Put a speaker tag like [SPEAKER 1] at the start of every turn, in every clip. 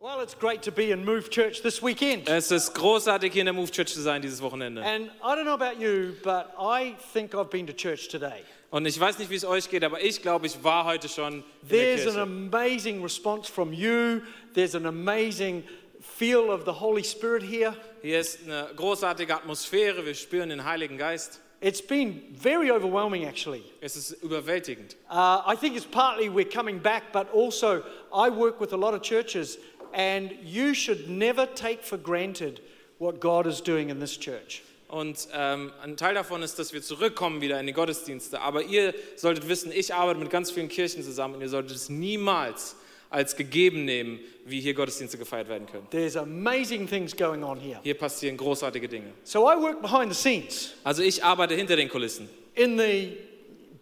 [SPEAKER 1] Well, it's great to be in Move Church this weekend.
[SPEAKER 2] Es ist großartig, hier in der Move Church zu sein dieses Wochenende.
[SPEAKER 1] And I don't know about you, but I think I've been to church today.
[SPEAKER 2] Und ich weiß nicht, wie es euch geht, aber ich glaube, ich war heute schon in der
[SPEAKER 1] There's an
[SPEAKER 2] Kirche.
[SPEAKER 1] amazing response from you. There's an amazing feel of the Holy Spirit here.
[SPEAKER 2] Hier ist eine großartige Atmosphäre, wir spüren den Heiligen Geist.
[SPEAKER 1] It's been very overwhelming, actually.
[SPEAKER 2] Es ist überwältigend.
[SPEAKER 1] Uh, I think it's partly we're coming back, but also I work with a lot of churches, and you should never take for granted what God is doing in this church.
[SPEAKER 2] Und ähm, ein Teil davon ist, dass wir zurückkommen wieder in die Gottesdienste. Aber ihr solltet wissen, ich arbeite mit ganz vielen Kirchen zusammen und ihr solltet es niemals als gegeben nehmen, wie hier Gottesdienste gefeiert werden können.
[SPEAKER 1] There's amazing things going on here.
[SPEAKER 2] Hier passieren großartige Dinge.
[SPEAKER 1] So I work behind the scenes
[SPEAKER 2] Also ich arbeite hinter den Kulissen,
[SPEAKER 1] in the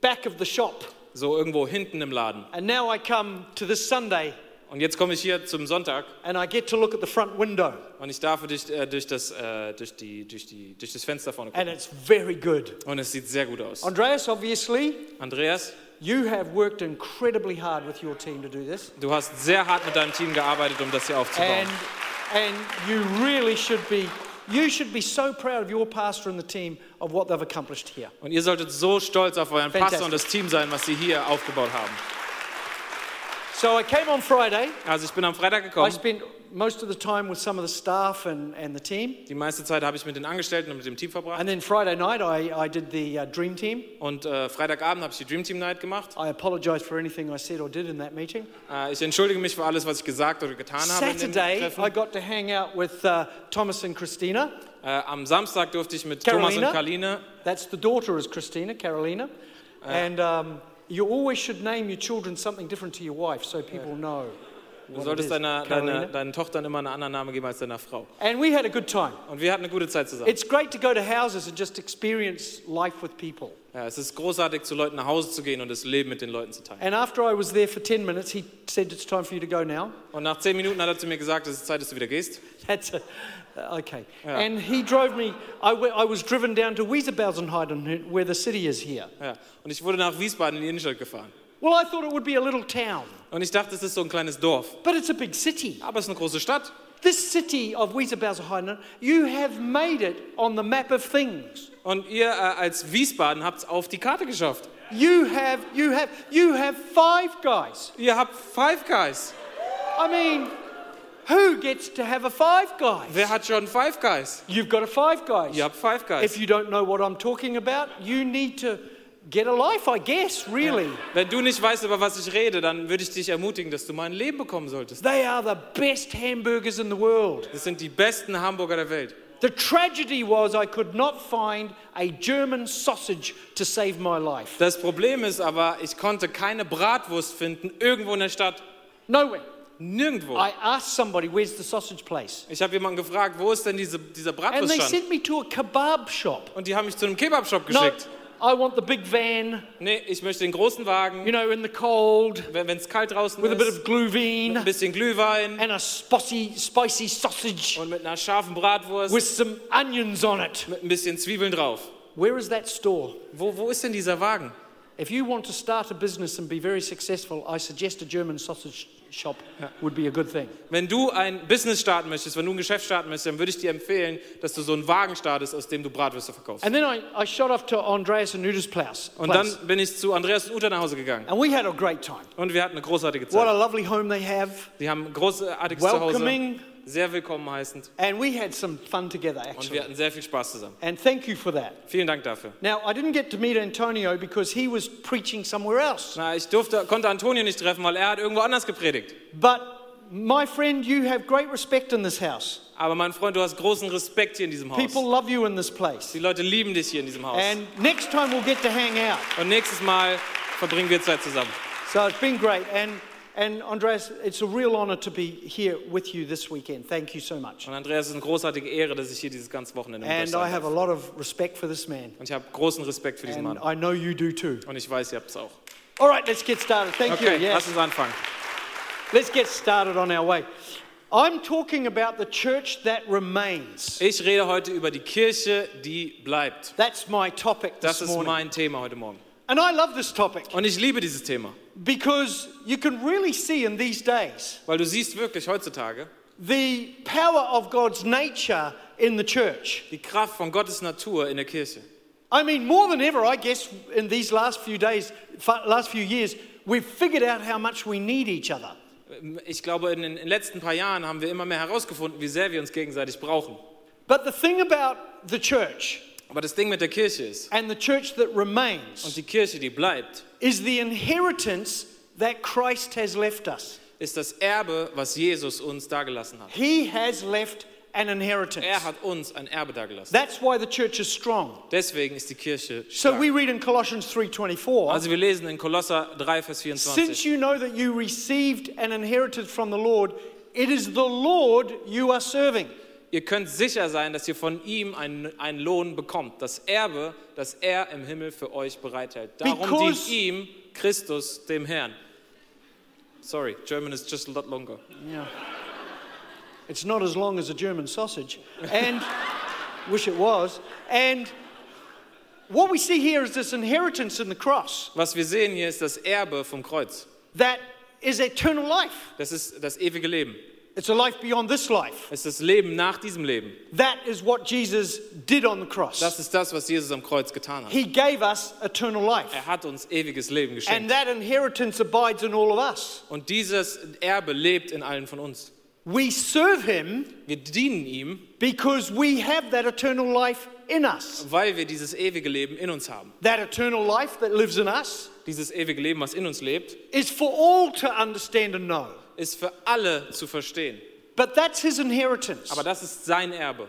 [SPEAKER 1] back of the shop,
[SPEAKER 2] so irgendwo hinten im Laden.
[SPEAKER 1] and now I come to this Sunday
[SPEAKER 2] Und jetzt komme ich hier zum Sonntag
[SPEAKER 1] and I get to look at the front window,
[SPEAKER 2] und ich darf durch, äh, durch, das, äh, durch, die, durch, die, durch das Fenster vorne gucken.
[SPEAKER 1] and it's very good.
[SPEAKER 2] Und es sieht sehr gut aus.
[SPEAKER 1] Andreas, obviously,
[SPEAKER 2] Andreas,
[SPEAKER 1] you have worked incredibly hard with your team to do this,
[SPEAKER 2] du hast sehr hart mit deinem Team gearbeitet, um das hier aufzubauen.
[SPEAKER 1] and and you really should be. You should be so proud of your pastor and the team of what they've accomplished here.
[SPEAKER 2] Und ihr solltet so stolz auf euren
[SPEAKER 1] Fantastic.
[SPEAKER 2] Pastor und das Team sein, was sie hier aufgebaut haben.
[SPEAKER 1] So I came on Friday.
[SPEAKER 2] Also ich bin am Freitag
[SPEAKER 1] I
[SPEAKER 2] gekommen.
[SPEAKER 1] spent most of the time with some of the staff and, and the team.
[SPEAKER 2] Die meiste Zeit habe ich mit den Angestellten und mit dem Team verbracht.
[SPEAKER 1] And then Friday night, I, I did the uh, dream team.
[SPEAKER 2] Und äh, Freitagabend habe ich die Dream Team Night gemacht.
[SPEAKER 1] I apologize for anything I said or did in that meeting.
[SPEAKER 2] Äh, ich entschuldige mich für alles, was ich gesagt oder getan habe. In dem
[SPEAKER 1] Saturday, I
[SPEAKER 2] Treffen.
[SPEAKER 1] got to hang out with uh, Thomas and Christina.
[SPEAKER 2] Äh, am Samstag durfte ich mit
[SPEAKER 1] Carolina?
[SPEAKER 2] Thomas und Karline.
[SPEAKER 1] That's the daughter is Christina, Carolina. and um, you always should name your children something different to your wife so people know.
[SPEAKER 2] Du
[SPEAKER 1] what it is,
[SPEAKER 2] solltest deiner,
[SPEAKER 1] Carolina.
[SPEAKER 2] deiner, deinen Tochtern immer einen anderen Namen geben als deiner Frau.
[SPEAKER 1] And we had a good time.
[SPEAKER 2] Und wir hatten eine gute Zeit zusammen.
[SPEAKER 1] It's great to go to houses and just experience life with people.
[SPEAKER 2] Ja, es ist großartig, zu Leuten nach Hause zu gehen und das Leben mit den Leuten zu teilen.
[SPEAKER 1] And after I was there for 10 minutes, he said, It's time for you to go now.
[SPEAKER 2] Und nach zehn Minuten hat er zu mir gesagt, es ist Zeit, dass du wieder gehst.
[SPEAKER 1] That's a, uh, okay. And he drove me, I we- I was driven down to Wieserbausenheiden, where the city is here.
[SPEAKER 2] Ja. Und ich wurde nach Wiesbaden in die Innenstadt gefahren.
[SPEAKER 1] Well, I thought it would be a little town,
[SPEAKER 2] Und ich dachte, es ist so ein kleines Dorf.
[SPEAKER 1] but it's a big city.
[SPEAKER 2] Aber es ist eine große Stadt.
[SPEAKER 1] This city of Wieserbausenheiden, you have made it on the map of things.
[SPEAKER 2] Und ihr äh, als Wiesbaden habt es auf die Karte geschafft.
[SPEAKER 1] You have, you have, you have five guys.
[SPEAKER 2] Ihr habt Five Guys.
[SPEAKER 1] I mean, who gets to have a five guys?
[SPEAKER 2] Wer hat schon Five Guys?
[SPEAKER 1] You've got a five guys.
[SPEAKER 2] Ihr habt Five Guys.
[SPEAKER 1] If you don't know what I'm talking about, you need to get a life, I guess, really.
[SPEAKER 2] Wenn du nicht weißt, über was ich rede, dann würde ich dich ermutigen, dass du mal ein Leben bekommen solltest.
[SPEAKER 1] They are the best hamburgers in the world.
[SPEAKER 2] Das sind die besten Hamburger der Welt.
[SPEAKER 1] The tragedy was I could not find a German sausage to save my life.
[SPEAKER 2] Das Problem ist aber, ich konnte keine Bratwurst finden, irgendwo in der Stadt.
[SPEAKER 1] Nowhere.
[SPEAKER 2] Nirgendwo.
[SPEAKER 1] I asked somebody, where's the sausage place?
[SPEAKER 2] Ich habe jemanden gefragt, wo ist denn diese, dieser
[SPEAKER 1] And they
[SPEAKER 2] Bratwurststand?
[SPEAKER 1] sent me to a kebab shop.
[SPEAKER 2] Und die haben mich zu einem Kebabshop
[SPEAKER 1] No,
[SPEAKER 2] geschickt.
[SPEAKER 1] I want the big van,
[SPEAKER 2] Nee, ich möchte den großen Wagen,
[SPEAKER 1] you know, in the cold,
[SPEAKER 2] wenn es kalt draußen
[SPEAKER 1] with a bit
[SPEAKER 2] ist,
[SPEAKER 1] of gluvine
[SPEAKER 2] ein bisschen Glühwein
[SPEAKER 1] and a spicy, spicy sausage
[SPEAKER 2] und mit einer scharfen Bratwurst,
[SPEAKER 1] with some onions on it.
[SPEAKER 2] mit ein bisschen Zwiebeln drauf.
[SPEAKER 1] Where is that store?
[SPEAKER 2] Wo, wo ist denn dieser Wagen?
[SPEAKER 1] If you want to start a business and be very successful, I suggest a German sausage shop would be a good thing.
[SPEAKER 2] Wenn du ein Business starten möchtest, wenn du ein Geschäft starten möchtest, dann würde ich dir empfehlen, dass du so einen Wagen startest, aus dem du Bratwürste verkaufst.
[SPEAKER 1] And then I, I shot off to Andreas and Nuda's place.
[SPEAKER 2] Und
[SPEAKER 1] place.
[SPEAKER 2] dann bin ich zu Andreas und Uta nach Hause gegangen.
[SPEAKER 1] and we had a great time.
[SPEAKER 2] Und wir hatten eine großartige
[SPEAKER 1] What a
[SPEAKER 2] Zeit.
[SPEAKER 1] lovely home they have.
[SPEAKER 2] Die haben ein großartiges Zuhause,
[SPEAKER 1] Welcoming.
[SPEAKER 2] sehr willkommen heißend.
[SPEAKER 1] And we had some fun together,
[SPEAKER 2] Und
[SPEAKER 1] actually.
[SPEAKER 2] wir hatten sehr viel Spaß zusammen.
[SPEAKER 1] And thank you for that.
[SPEAKER 2] Vielen Dank dafür.
[SPEAKER 1] Now, I didn't get to meet Antonio because he was preaching somewhere else.
[SPEAKER 2] Na, ich durfte, konnte Antonio nicht treffen, weil er hat irgendwo anders gepredigt.
[SPEAKER 1] But my friend, you have great respect in this house.
[SPEAKER 2] Aber mein Freund, du hast großen Respekt hier in diesem Haus.
[SPEAKER 1] People love you in this place.
[SPEAKER 2] Die Leute lieben dich hier in diesem Haus.
[SPEAKER 1] And next time we'll get to hang out.
[SPEAKER 2] Und nächstes Mal verbringen wir Zeit zusammen.
[SPEAKER 1] So it's been great. And, and Andreas, it's a real honor to be here with you this weekend. Thank you so much.
[SPEAKER 2] Und Andreas, es ist eine großartige Ehre, dass ich hier dieses ganze Wochenende mit euch
[SPEAKER 1] And I
[SPEAKER 2] sein
[SPEAKER 1] have
[SPEAKER 2] darf.
[SPEAKER 1] a lot of respect for this man.
[SPEAKER 2] Und ich habe großen Respekt für diesen
[SPEAKER 1] And
[SPEAKER 2] Mann.
[SPEAKER 1] I know you do too.
[SPEAKER 2] Und ich weiß, ihr habt es auch.
[SPEAKER 1] All right, let's get started. Thank
[SPEAKER 2] Okay,
[SPEAKER 1] you. Yes.
[SPEAKER 2] lass uns anfangen.
[SPEAKER 1] Let's get started on our way. I'm talking about the church that remains.
[SPEAKER 2] Ich rede heute über die Kirche, die bleibt.
[SPEAKER 1] That's my topic
[SPEAKER 2] Das
[SPEAKER 1] this
[SPEAKER 2] ist
[SPEAKER 1] morning.
[SPEAKER 2] mein Thema heute Morgen.
[SPEAKER 1] And I love this topic
[SPEAKER 2] Und ich liebe dieses Thema,
[SPEAKER 1] because you can really see in these days
[SPEAKER 2] Weil du siehst wirklich heutzutage
[SPEAKER 1] the power of God's nature in the church.
[SPEAKER 2] die Kraft von Gottes Natur in der Kirche.
[SPEAKER 1] I mean, more than ever, I guess, in these last few days, fa- last few years, we've figured out how much we need each other.
[SPEAKER 2] Ich glaube, in den letzten paar Jahren haben wir immer mehr herausgefunden, wie sehr wir uns gegenseitig brauchen.
[SPEAKER 1] But the thing about the church
[SPEAKER 2] Aber das Ding mit der Kirche ist,
[SPEAKER 1] and the church that
[SPEAKER 2] und
[SPEAKER 1] remains
[SPEAKER 2] die Kirche, die bleibt,
[SPEAKER 1] is the inheritance that Christ has left us.
[SPEAKER 2] ist das Erbe, was Jesus uns dagelassen hat.
[SPEAKER 1] He has left an inheritance.
[SPEAKER 2] Er hat uns ein Erbe dagelassen.
[SPEAKER 1] That's why the church is strong.
[SPEAKER 2] Deswegen ist die Kirche
[SPEAKER 1] So we
[SPEAKER 2] stark.
[SPEAKER 1] read in Colossians 3:24,
[SPEAKER 2] Also wir lesen in Kolosser 3, Vers 24.
[SPEAKER 1] since you know that you received an inheritance from the Lord, it is the Lord you are serving.
[SPEAKER 2] Ihr könnt sicher sein, dass ihr von ihm einen, einen Lohn bekommt. Das Erbe, das er im Himmel für euch bereithält. Darum dient
[SPEAKER 1] Because-
[SPEAKER 2] ihm Christus, dem Herrn. Sorry, German is just a lot longer.
[SPEAKER 1] Yeah. It's not as long as a German sausage. And wish it was. And what we see here is this inheritance in the cross
[SPEAKER 2] Was wir sehen hier ist das Erbe vom Kreuz.
[SPEAKER 1] that is eternal life.
[SPEAKER 2] Das ist das ewige Leben.
[SPEAKER 1] It's a life beyond this life.
[SPEAKER 2] Es ist das Leben nach diesem Leben.
[SPEAKER 1] That is what Jesus did on the cross.
[SPEAKER 2] Das ist das, was Jesus am Kreuz getan hat.
[SPEAKER 1] He gave us eternal life.
[SPEAKER 2] Er hat uns ewiges Leben geschenkt.
[SPEAKER 1] And that inheritance abides in all of us.
[SPEAKER 2] Und dieses Erbe lebt in allen von uns.
[SPEAKER 1] We serve him
[SPEAKER 2] Wir dienen ihm,
[SPEAKER 1] because we have that eternal life in us.
[SPEAKER 2] weil wir dieses ewige Leben in uns haben.
[SPEAKER 1] That eternal life that lives in us
[SPEAKER 2] Dieses ewige Leben, was in uns lebt,
[SPEAKER 1] is for all to understand and know.
[SPEAKER 2] ist für alle zu verstehen.
[SPEAKER 1] But that's his inheritance.
[SPEAKER 2] Aber das ist sein Erbe.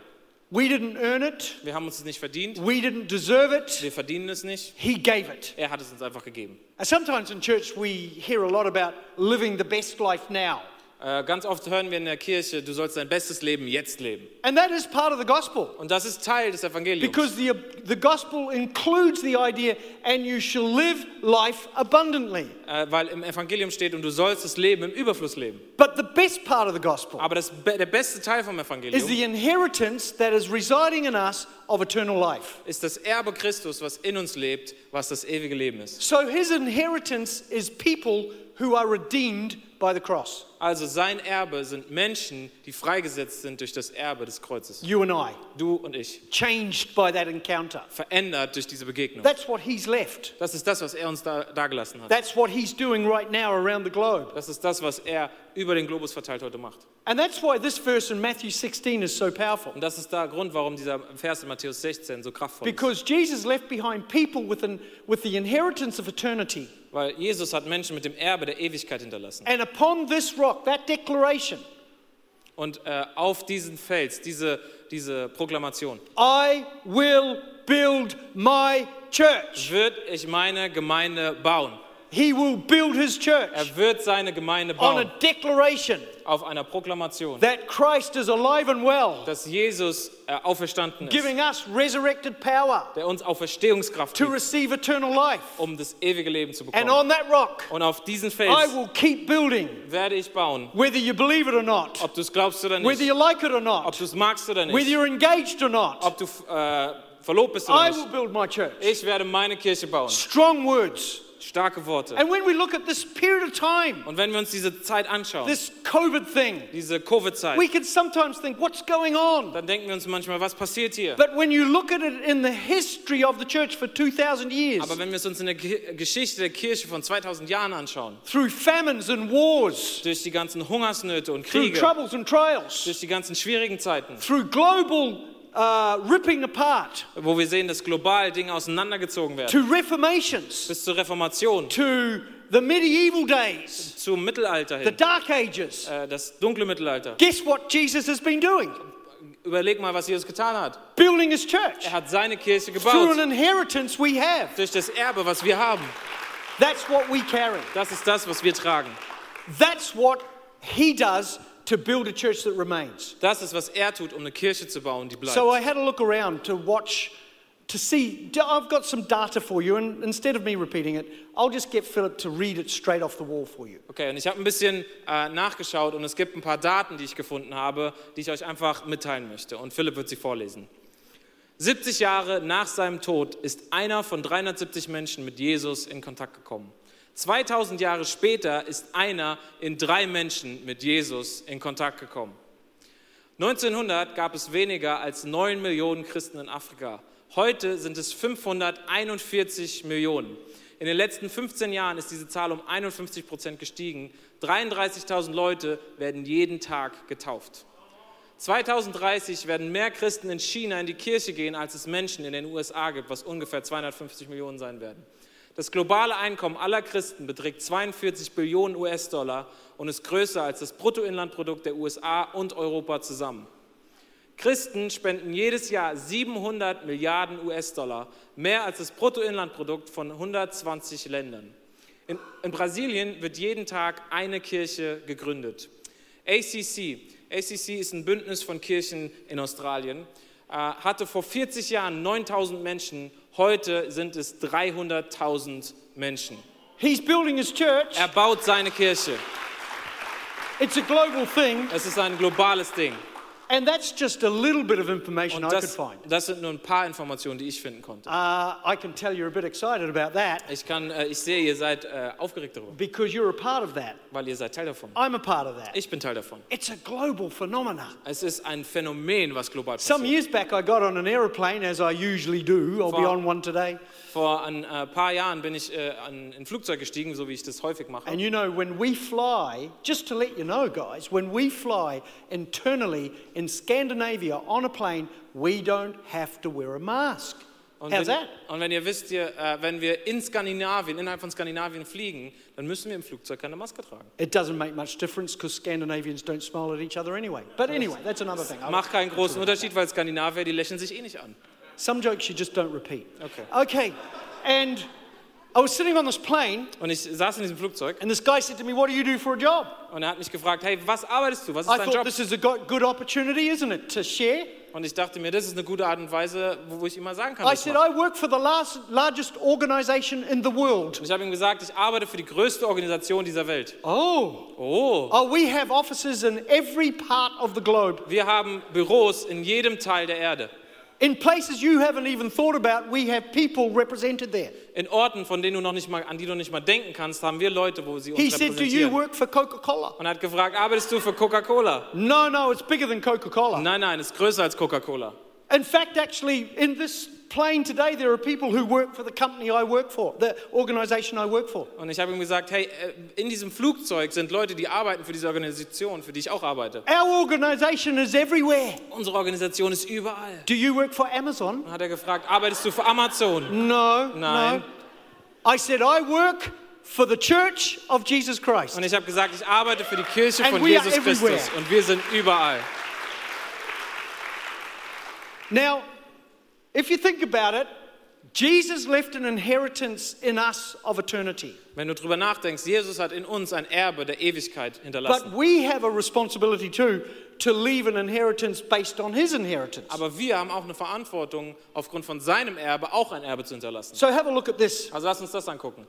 [SPEAKER 1] We didn't earn it.
[SPEAKER 2] Wir haben uns es nicht verdient.
[SPEAKER 1] We didn't deserve it.
[SPEAKER 2] Wir verdienen es nicht.
[SPEAKER 1] He gave it.
[SPEAKER 2] Er hat es uns einfach gegeben.
[SPEAKER 1] And Sometimes in church we hear a lot about living the best life now.
[SPEAKER 2] Äh, ganz oft hören wir in der Kirche, du sollst dein bestes Leben jetzt leben.
[SPEAKER 1] And that is part of the gospel
[SPEAKER 2] Und das ist Teil des Evangeliums.
[SPEAKER 1] because the, the gospel includes the idea and you shall live life abundantly.
[SPEAKER 2] Äh, weil im Evangelium steht, und du sollst das Leben im Überfluss leben.
[SPEAKER 1] But the best part of the gospel
[SPEAKER 2] Aber das, be- der beste Teil vom
[SPEAKER 1] is
[SPEAKER 2] Evangelium
[SPEAKER 1] the inheritance that is residing in us of eternal life.
[SPEAKER 2] ist das Erbe Christus, was in uns lebt, was das ewige Leben ist.
[SPEAKER 1] So his inheritance is people who are redeemed by the cross.
[SPEAKER 2] Also sein Erbe sind Menschen, die freigesetzt sind durch das Erbe des Kreuzes.
[SPEAKER 1] You and I,
[SPEAKER 2] Du und ich.
[SPEAKER 1] changed by that encounter.
[SPEAKER 2] Verändert durch diese Begegnung.
[SPEAKER 1] That's what he's left.
[SPEAKER 2] Das ist das, was er uns da, dagelassen hat.
[SPEAKER 1] That's what he's doing right now around the globe.
[SPEAKER 2] Das ist das, was er über den Globus verteilt heute macht.
[SPEAKER 1] And that's why this verse in Matthew 16 is so powerful.
[SPEAKER 2] Und das ist der Grund, warum dieser Vers in Matthäus 16 so kraftvoll ist.
[SPEAKER 1] Because Jesus left behind people with, an, with the inheritance of eternity.
[SPEAKER 2] Weil Jesus hat Menschen mit dem Erbe der Ewigkeit hinterlassen.
[SPEAKER 1] And upon this rock, that declaration,
[SPEAKER 2] Und äh, auf diesen Fels, diese, diese Proklamation,
[SPEAKER 1] I will build my church.
[SPEAKER 2] wird ich meine Gemeinde bauen.
[SPEAKER 1] He will build his church
[SPEAKER 2] Er wird seine Gemeinde
[SPEAKER 1] on
[SPEAKER 2] bauen
[SPEAKER 1] a declaration
[SPEAKER 2] auf einer Proklamation,
[SPEAKER 1] that Christ is alive and well,
[SPEAKER 2] dass Jesus äh, auferstanden ist,
[SPEAKER 1] giving us resurrected power
[SPEAKER 2] der uns Auferstehungskraft
[SPEAKER 1] to
[SPEAKER 2] gibt,
[SPEAKER 1] receive eternal life.
[SPEAKER 2] um das ewige Leben zu
[SPEAKER 1] And
[SPEAKER 2] bekommen.
[SPEAKER 1] on that rock,
[SPEAKER 2] Und auf diesen
[SPEAKER 1] I
[SPEAKER 2] Fels
[SPEAKER 1] will keep building,
[SPEAKER 2] werde ich bauen,
[SPEAKER 1] whether you believe it or not,
[SPEAKER 2] ob du es glaubst oder
[SPEAKER 1] whether
[SPEAKER 2] nicht,
[SPEAKER 1] you like it or
[SPEAKER 2] ob
[SPEAKER 1] not,
[SPEAKER 2] du es magst oder
[SPEAKER 1] whether
[SPEAKER 2] nicht,
[SPEAKER 1] you're engaged or not.
[SPEAKER 2] ob du äh, verlobt bist oder
[SPEAKER 1] I
[SPEAKER 2] nicht.
[SPEAKER 1] will build my church.
[SPEAKER 2] Ich werde meine Kirche bauen.
[SPEAKER 1] Strong words.
[SPEAKER 2] Starke Worte.
[SPEAKER 1] And when we look at this period of time,
[SPEAKER 2] Und wenn wir uns diese Zeit anschauen,
[SPEAKER 1] this COVID thing,
[SPEAKER 2] diese Covid-Zeit,
[SPEAKER 1] we can sometimes think, what's going on?
[SPEAKER 2] dann denken wir uns manchmal, was passiert hier?
[SPEAKER 1] But when you look at it in the history of the church for 2,000 years,
[SPEAKER 2] Aber wenn wir es uns in der Ge- Geschichte der Kirche von 2000 Jahren anschauen,
[SPEAKER 1] through famines and wars,
[SPEAKER 2] durch die ganzen Hungersnöte und
[SPEAKER 1] through
[SPEAKER 2] Kriege,
[SPEAKER 1] troubles and trials,
[SPEAKER 2] durch die ganzen schwierigen Zeiten,
[SPEAKER 1] through global uh, ripping apart,
[SPEAKER 2] wo wir sehen, dass global Dinge auseinandergezogen werden,
[SPEAKER 1] to reformations,
[SPEAKER 2] bis zur Reformation,
[SPEAKER 1] to the medieval days,
[SPEAKER 2] zum Mittelalter
[SPEAKER 1] the
[SPEAKER 2] hin,
[SPEAKER 1] dark ages.
[SPEAKER 2] äh, das dunkle Mittelalter.
[SPEAKER 1] Guess what Jesus has been doing?
[SPEAKER 2] Überleg mal, was Jesus getan hat.
[SPEAKER 1] Building his church
[SPEAKER 2] Er hat seine Kirche
[SPEAKER 1] through an
[SPEAKER 2] gebaut,
[SPEAKER 1] inheritance we have.
[SPEAKER 2] durch das Erbe, was wir haben.
[SPEAKER 1] That's what we carry.
[SPEAKER 2] Das ist das, was wir tragen.
[SPEAKER 1] That's what he does to build a church that remains.
[SPEAKER 2] Das ist, was er tut, um eine Kirche zu bauen, die bleibt.
[SPEAKER 1] So I had a look around to watch, to see. d- I've got some data for you, and instead of me repeating it, I'll just get Philip to read it straight off the wall for you.
[SPEAKER 2] Okay, und ich habe ein bisschen äh, nachgeschaut und es gibt ein paar Daten, die ich gefunden habe, die ich euch einfach mitteilen möchte. Und Philipp wird sie vorlesen. 70 Jahre nach seinem Tod ist einer von 370 Menschen mit Jesus in Kontakt gekommen. 2000 Jahre später ist einer in drei Menschen mit Jesus in Kontakt gekommen. 1900 gab es weniger als 9 Millionen Christen in Afrika. Heute sind es 541 Millionen. In den letzten 15 Jahren ist diese Zahl um 51 Prozent gestiegen. 33.000 Leute werden jeden Tag getauft. 2030 werden mehr Christen in China in die Kirche gehen, als es Menschen in den USA gibt, was ungefähr 250 Millionen sein werden. Das globale Einkommen aller Christen beträgt 42 Billionen US-Dollar und ist größer als das Bruttoinlandprodukt der USA und Europa zusammen. Christen spenden jedes Jahr 700 Milliarden US-Dollar, mehr als das Bruttoinlandprodukt von 120 Ländern. In, in Brasilien wird jeden Tag eine Kirche gegründet. ACC, ACC ist ein Bündnis von Kirchen in Australien, äh, hatte vor 40 Jahren 9000 Menschen, heute sind es 300.000 Menschen.
[SPEAKER 1] He's building his church.
[SPEAKER 2] Er baut seine Kirche.
[SPEAKER 1] It's a global thing,
[SPEAKER 2] Es ist ein globales Ding.
[SPEAKER 1] and that's just a little bit of information
[SPEAKER 2] Und
[SPEAKER 1] I could
[SPEAKER 2] das,
[SPEAKER 1] find.
[SPEAKER 2] das sind nur ein paar Informationen, die ich finden konnte.
[SPEAKER 1] Uh, I can tell you're a bit excited about that
[SPEAKER 2] Ich, kann, äh, ich sehe, ihr seid äh, aufgeregt darüber,
[SPEAKER 1] because you're a part of that.
[SPEAKER 2] weil ihr seid Teil davon.
[SPEAKER 1] I'm a part of that.
[SPEAKER 2] Ich bin Teil davon.
[SPEAKER 1] It's a global phenomena.
[SPEAKER 2] Es ist ein Phänomen, was global
[SPEAKER 1] Some
[SPEAKER 2] passiert.
[SPEAKER 1] years back, I got on an aeroplane, as I usually do. I'll be
[SPEAKER 2] Wow.
[SPEAKER 1] on one today.
[SPEAKER 2] Vor ein äh, paar Jahren bin ich äh, an, in ein Flugzeug gestiegen, so wie ich das häufig mache.
[SPEAKER 1] And you know, when we fly, just to let you know, guys, when we fly internally in Scandinavia on a plane, we don't have to wear a mask.
[SPEAKER 2] Und
[SPEAKER 1] How's
[SPEAKER 2] wenn,
[SPEAKER 1] that?
[SPEAKER 2] und wenn ihr wisst, ihr, äh, wenn wir in Skandinavien, innerhalb von Skandinavien fliegen, dann müssen wir im Flugzeug keine Maske tragen.
[SPEAKER 1] It doesn't make much difference because Scandinavians don't smile at each other anyway. But anyway, that's another thing. I-
[SPEAKER 2] Macht keinen großen Unterschied, weil Skandinavier, die lächeln sich eh nicht an.
[SPEAKER 1] Some jokes you just don't repeat.
[SPEAKER 2] Okay.
[SPEAKER 1] Okay. And I was sitting on this plane,
[SPEAKER 2] Und ich saß in diesem Flugzeug
[SPEAKER 1] and this guy said to me, What do you do for a job?
[SPEAKER 2] und er hat mich gefragt, hey, was arbeitest du? Was ist
[SPEAKER 1] I
[SPEAKER 2] dein
[SPEAKER 1] thought
[SPEAKER 2] Job?
[SPEAKER 1] this is a go- good opportunity, isn't it, to share?
[SPEAKER 2] Und ich dachte mir, das ist eine gute Art und Weise, wo wo ich ihm mal sagen kann,
[SPEAKER 1] I
[SPEAKER 2] was
[SPEAKER 1] said,
[SPEAKER 2] ich mache.
[SPEAKER 1] I work for the last, largest organization in the world.
[SPEAKER 2] Und ich habe ihm gesagt, ich arbeite für die größte Organisation dieser Welt.
[SPEAKER 1] Oh.
[SPEAKER 2] Oh,
[SPEAKER 1] Oh, we have offices in every part of the globe.
[SPEAKER 2] wir haben Büros in jedem Teil der Erde.
[SPEAKER 1] In places you haven't even thought about, we have people represented there.
[SPEAKER 2] In Orten, von denen du noch nicht mal, an die du nicht mal denken kannst, haben wir Leute, wo sie uns
[SPEAKER 1] He said, Do you
[SPEAKER 2] repräsentieren.
[SPEAKER 1] work for Coca Cola?
[SPEAKER 2] Und hat gefragt, arbeitest du für Coca-Cola?
[SPEAKER 1] No, no, it's bigger than Coca Cola.
[SPEAKER 2] Nein, nein, ist größer als Coca-Cola.
[SPEAKER 1] In fact, actually, in this plane today, there are people who work for the company I work for, the organization I work for.
[SPEAKER 2] Und ich habe ihm gesagt, hey, äh, in diesem Flugzeug sind Leute, die arbeiten für diese Organisation, für die ich auch arbeite.
[SPEAKER 1] Our organization is everywhere.
[SPEAKER 2] Unsere Organisation ist überall.
[SPEAKER 1] Do you work for Amazon?
[SPEAKER 2] Dann hat er gefragt, arbeitest du für Amazon?
[SPEAKER 1] No, no.
[SPEAKER 2] Nein.
[SPEAKER 1] I said, I work for the Church of Jesus Christ.
[SPEAKER 2] Und ich habe gesagt, ich arbeite für die Kirche
[SPEAKER 1] And
[SPEAKER 2] von
[SPEAKER 1] we are
[SPEAKER 2] Jesus Christus.
[SPEAKER 1] everywhere.
[SPEAKER 2] Und wir sind überall.
[SPEAKER 1] Now, if you think about it, Jesus left an inheritance in us of eternity.
[SPEAKER 2] Wenn du drüber nachdenkst, Jesus hat in uns ein Erbe der Ewigkeit hinterlassen.
[SPEAKER 1] But we have a responsibility too to leave an inheritance based on his inheritance.
[SPEAKER 2] Aber wir haben auch eine Verantwortung, aufgrund von seinem Erbe auch ein Erbe zu hinterlassen.
[SPEAKER 1] So have a look at this.
[SPEAKER 2] Also lass uns das angucken.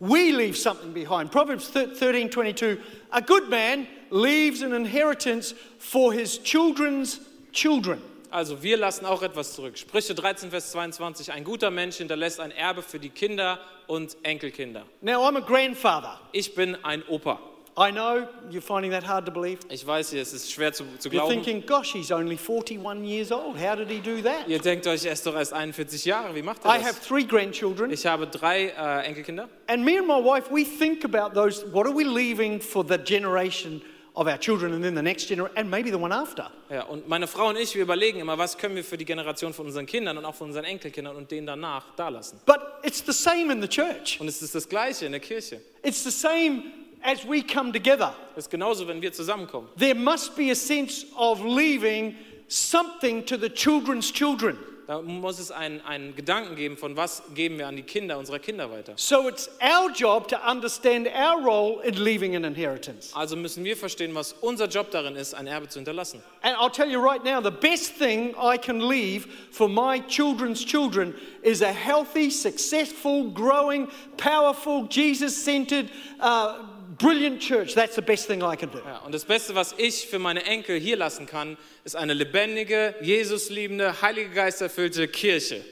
[SPEAKER 1] We leave something behind. Proverbs 13 22. A good man leaves an inheritance for his children's children.
[SPEAKER 2] Also wir lassen auch etwas zurück. Sprüche 13, Vers 22. Ein guter Mensch hinterlässt ein Erbe für die Kinder und Enkelkinder.
[SPEAKER 1] Now, I'm a grandfather.
[SPEAKER 2] Ich bin ein Opa.
[SPEAKER 1] I know you're finding that hard to believe.
[SPEAKER 2] Ich weiß, es ist schwer zu, zu
[SPEAKER 1] You're
[SPEAKER 2] glauben.
[SPEAKER 1] thinking, gosh, he's only 41 years old. How did he do that?
[SPEAKER 2] Ihr denkt euch, er ist doch erst 41 Jahre. Wie macht
[SPEAKER 1] I
[SPEAKER 2] er
[SPEAKER 1] have
[SPEAKER 2] das?
[SPEAKER 1] three grandchildren.
[SPEAKER 2] Ich habe drei äh, Enkelkinder.
[SPEAKER 1] And me and my wife, we think about those. What are we leaving for the generation of our children and then the next generation and maybe the one after?
[SPEAKER 2] Ja, und meine Frau und ich, wir überlegen immer, was können wir für die Generation von unseren Kindern und auch von unseren Enkelkindern und denen danach da lassen.
[SPEAKER 1] But it's the same in the church.
[SPEAKER 2] Und es ist das Gleiche in der Kirche.
[SPEAKER 1] It's the same as we come together.
[SPEAKER 2] Es ist genauso, wenn wir zusammenkommen.
[SPEAKER 1] There must be a sense of leaving something to the children's children.
[SPEAKER 2] Da muss es einen, einen Gedanken geben, von was geben wir an die Kinder unserer Kinder weiter.
[SPEAKER 1] So it's our job to understand our role in leaving an inheritance.
[SPEAKER 2] Also müssen wir verstehen, was unser Job darin ist, ein Erbe zu hinterlassen.
[SPEAKER 1] And I'll tell you right now, the best thing I can leave for my children's children is a healthy, successful, growing, powerful, Jesus centered, uh, brilliant church. That's the best thing I can do.
[SPEAKER 2] Ja, und das Beste, was ich für meine Enkel hier lassen kann, ist eine lebendige, Jesusliebende, Heilige Geist erfüllte Kirche.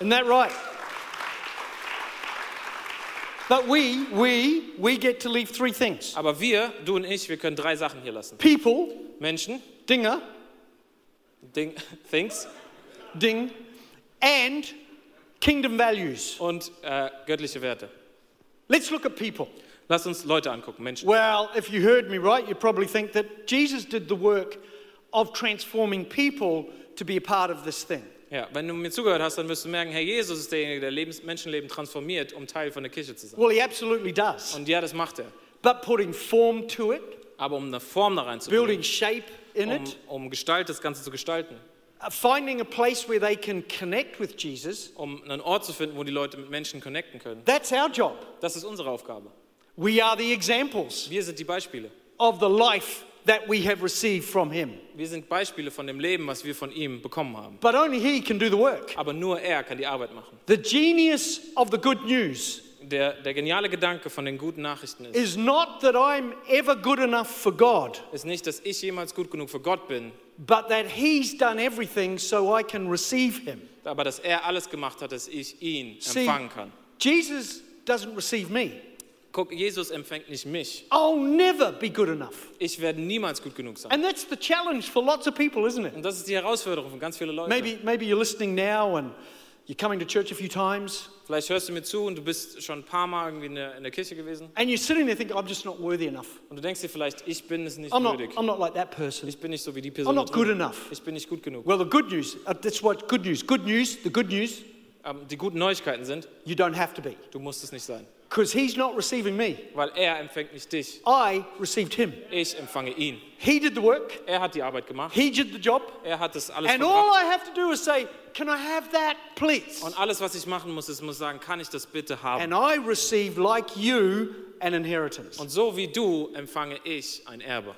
[SPEAKER 1] Isn't that right? But we, we, we get to leave three things
[SPEAKER 2] Aber wir, du und ich, wir können drei Sachen hier lassen.
[SPEAKER 1] people,
[SPEAKER 2] Menschen,
[SPEAKER 1] dinger,
[SPEAKER 2] Ding, Things
[SPEAKER 1] ding, and kingdom values.
[SPEAKER 2] und äh, göttliche Werte.
[SPEAKER 1] Let's look at people.
[SPEAKER 2] Lass uns Leute angucken, Menschen.
[SPEAKER 1] Well, if you heard me right, you probably think that Jesus did the work of transforming people to be a part of this thing.
[SPEAKER 2] Ja, wenn du mir zugehört hast, dann wirst du merken, Herr Jesus ist derjenige, der Lebens Menschenleben transformiert, um Teil von der Kirche zu sein.
[SPEAKER 1] Well, he absolutely does.
[SPEAKER 2] Und ja, das macht er.
[SPEAKER 1] But putting form to it,
[SPEAKER 2] Aber um eine Form da reinzubringen,
[SPEAKER 1] building shape in
[SPEAKER 2] um,
[SPEAKER 1] it,
[SPEAKER 2] um Gestalt, das Ganze zu gestalten,
[SPEAKER 1] uh, finding a place where they can connect with Jesus,
[SPEAKER 2] um einen Ort zu finden, wo die Leute mit Menschen connecten können.
[SPEAKER 1] that's our job.
[SPEAKER 2] Das ist unsere Aufgabe.
[SPEAKER 1] We are the examples
[SPEAKER 2] Wir sind die Beispiele.
[SPEAKER 1] of the life that we have received from him.
[SPEAKER 2] Wir sind Beispiele von dem Leben, was wir von ihm bekommen haben.
[SPEAKER 1] But only he can do the work.
[SPEAKER 2] Aber nur er kann die Arbeit machen.
[SPEAKER 1] The genius of the good news
[SPEAKER 2] Der, der geniale Gedanke von den guten Nachrichten ist,
[SPEAKER 1] is not that I'm ever good enough for God,
[SPEAKER 2] ist nicht, dass ich jemals gut genug für Gott bin,
[SPEAKER 1] but that he's done everything so I can receive him.
[SPEAKER 2] aber dass er alles gemacht hat, dass ich ihn
[SPEAKER 1] See,
[SPEAKER 2] empfangen kann.
[SPEAKER 1] Jesus doesn't receive me.
[SPEAKER 2] Guck, Jesus empfängt nicht mich.
[SPEAKER 1] I'll never be good enough.
[SPEAKER 2] Ich werde niemals gut genug sein.
[SPEAKER 1] And that's the challenge for lots of people, isn't it?
[SPEAKER 2] Und das ist die Herausforderung von ganz vielen Leuten.
[SPEAKER 1] Maybe, maybe you're listening now and you're coming to church a few times
[SPEAKER 2] Vielleicht hörst du mir zu und du bist schon ein paar Mal irgendwie in der, in der Kirche gewesen
[SPEAKER 1] and you're sitting there thinking, I'm just not worthy enough.
[SPEAKER 2] und du denkst dir vielleicht, ich bin es nicht
[SPEAKER 1] I'm not,
[SPEAKER 2] würdig.
[SPEAKER 1] I'm not like that person.
[SPEAKER 2] Ich bin nicht so wie die
[SPEAKER 1] I'm
[SPEAKER 2] Person. da
[SPEAKER 1] not good
[SPEAKER 2] drüben.
[SPEAKER 1] enough.
[SPEAKER 2] Ich bin nicht gut genug.
[SPEAKER 1] Well, the good news, uh, that's what good news, good news, the good news,
[SPEAKER 2] Ähm, die guten Neuigkeiten sind,
[SPEAKER 1] you don't have to be.
[SPEAKER 2] du musst es nicht sein.
[SPEAKER 1] Because he's not receiving me.
[SPEAKER 2] Weil er empfängt nicht dich.
[SPEAKER 1] I received him.
[SPEAKER 2] Ich empfange ihn.
[SPEAKER 1] He did the work,
[SPEAKER 2] Er hat die Arbeit gemacht.
[SPEAKER 1] he did the job.
[SPEAKER 2] Er hat das alles
[SPEAKER 1] And
[SPEAKER 2] gemacht.
[SPEAKER 1] all I have to do is say, Can I have that, please?
[SPEAKER 2] Und alles, was ich machen muss, ist muss sagen, kann ich das bitte haben?
[SPEAKER 1] And I receive, like you, an inheritance.
[SPEAKER 2] Und so wie du empfange ich ein Erbe.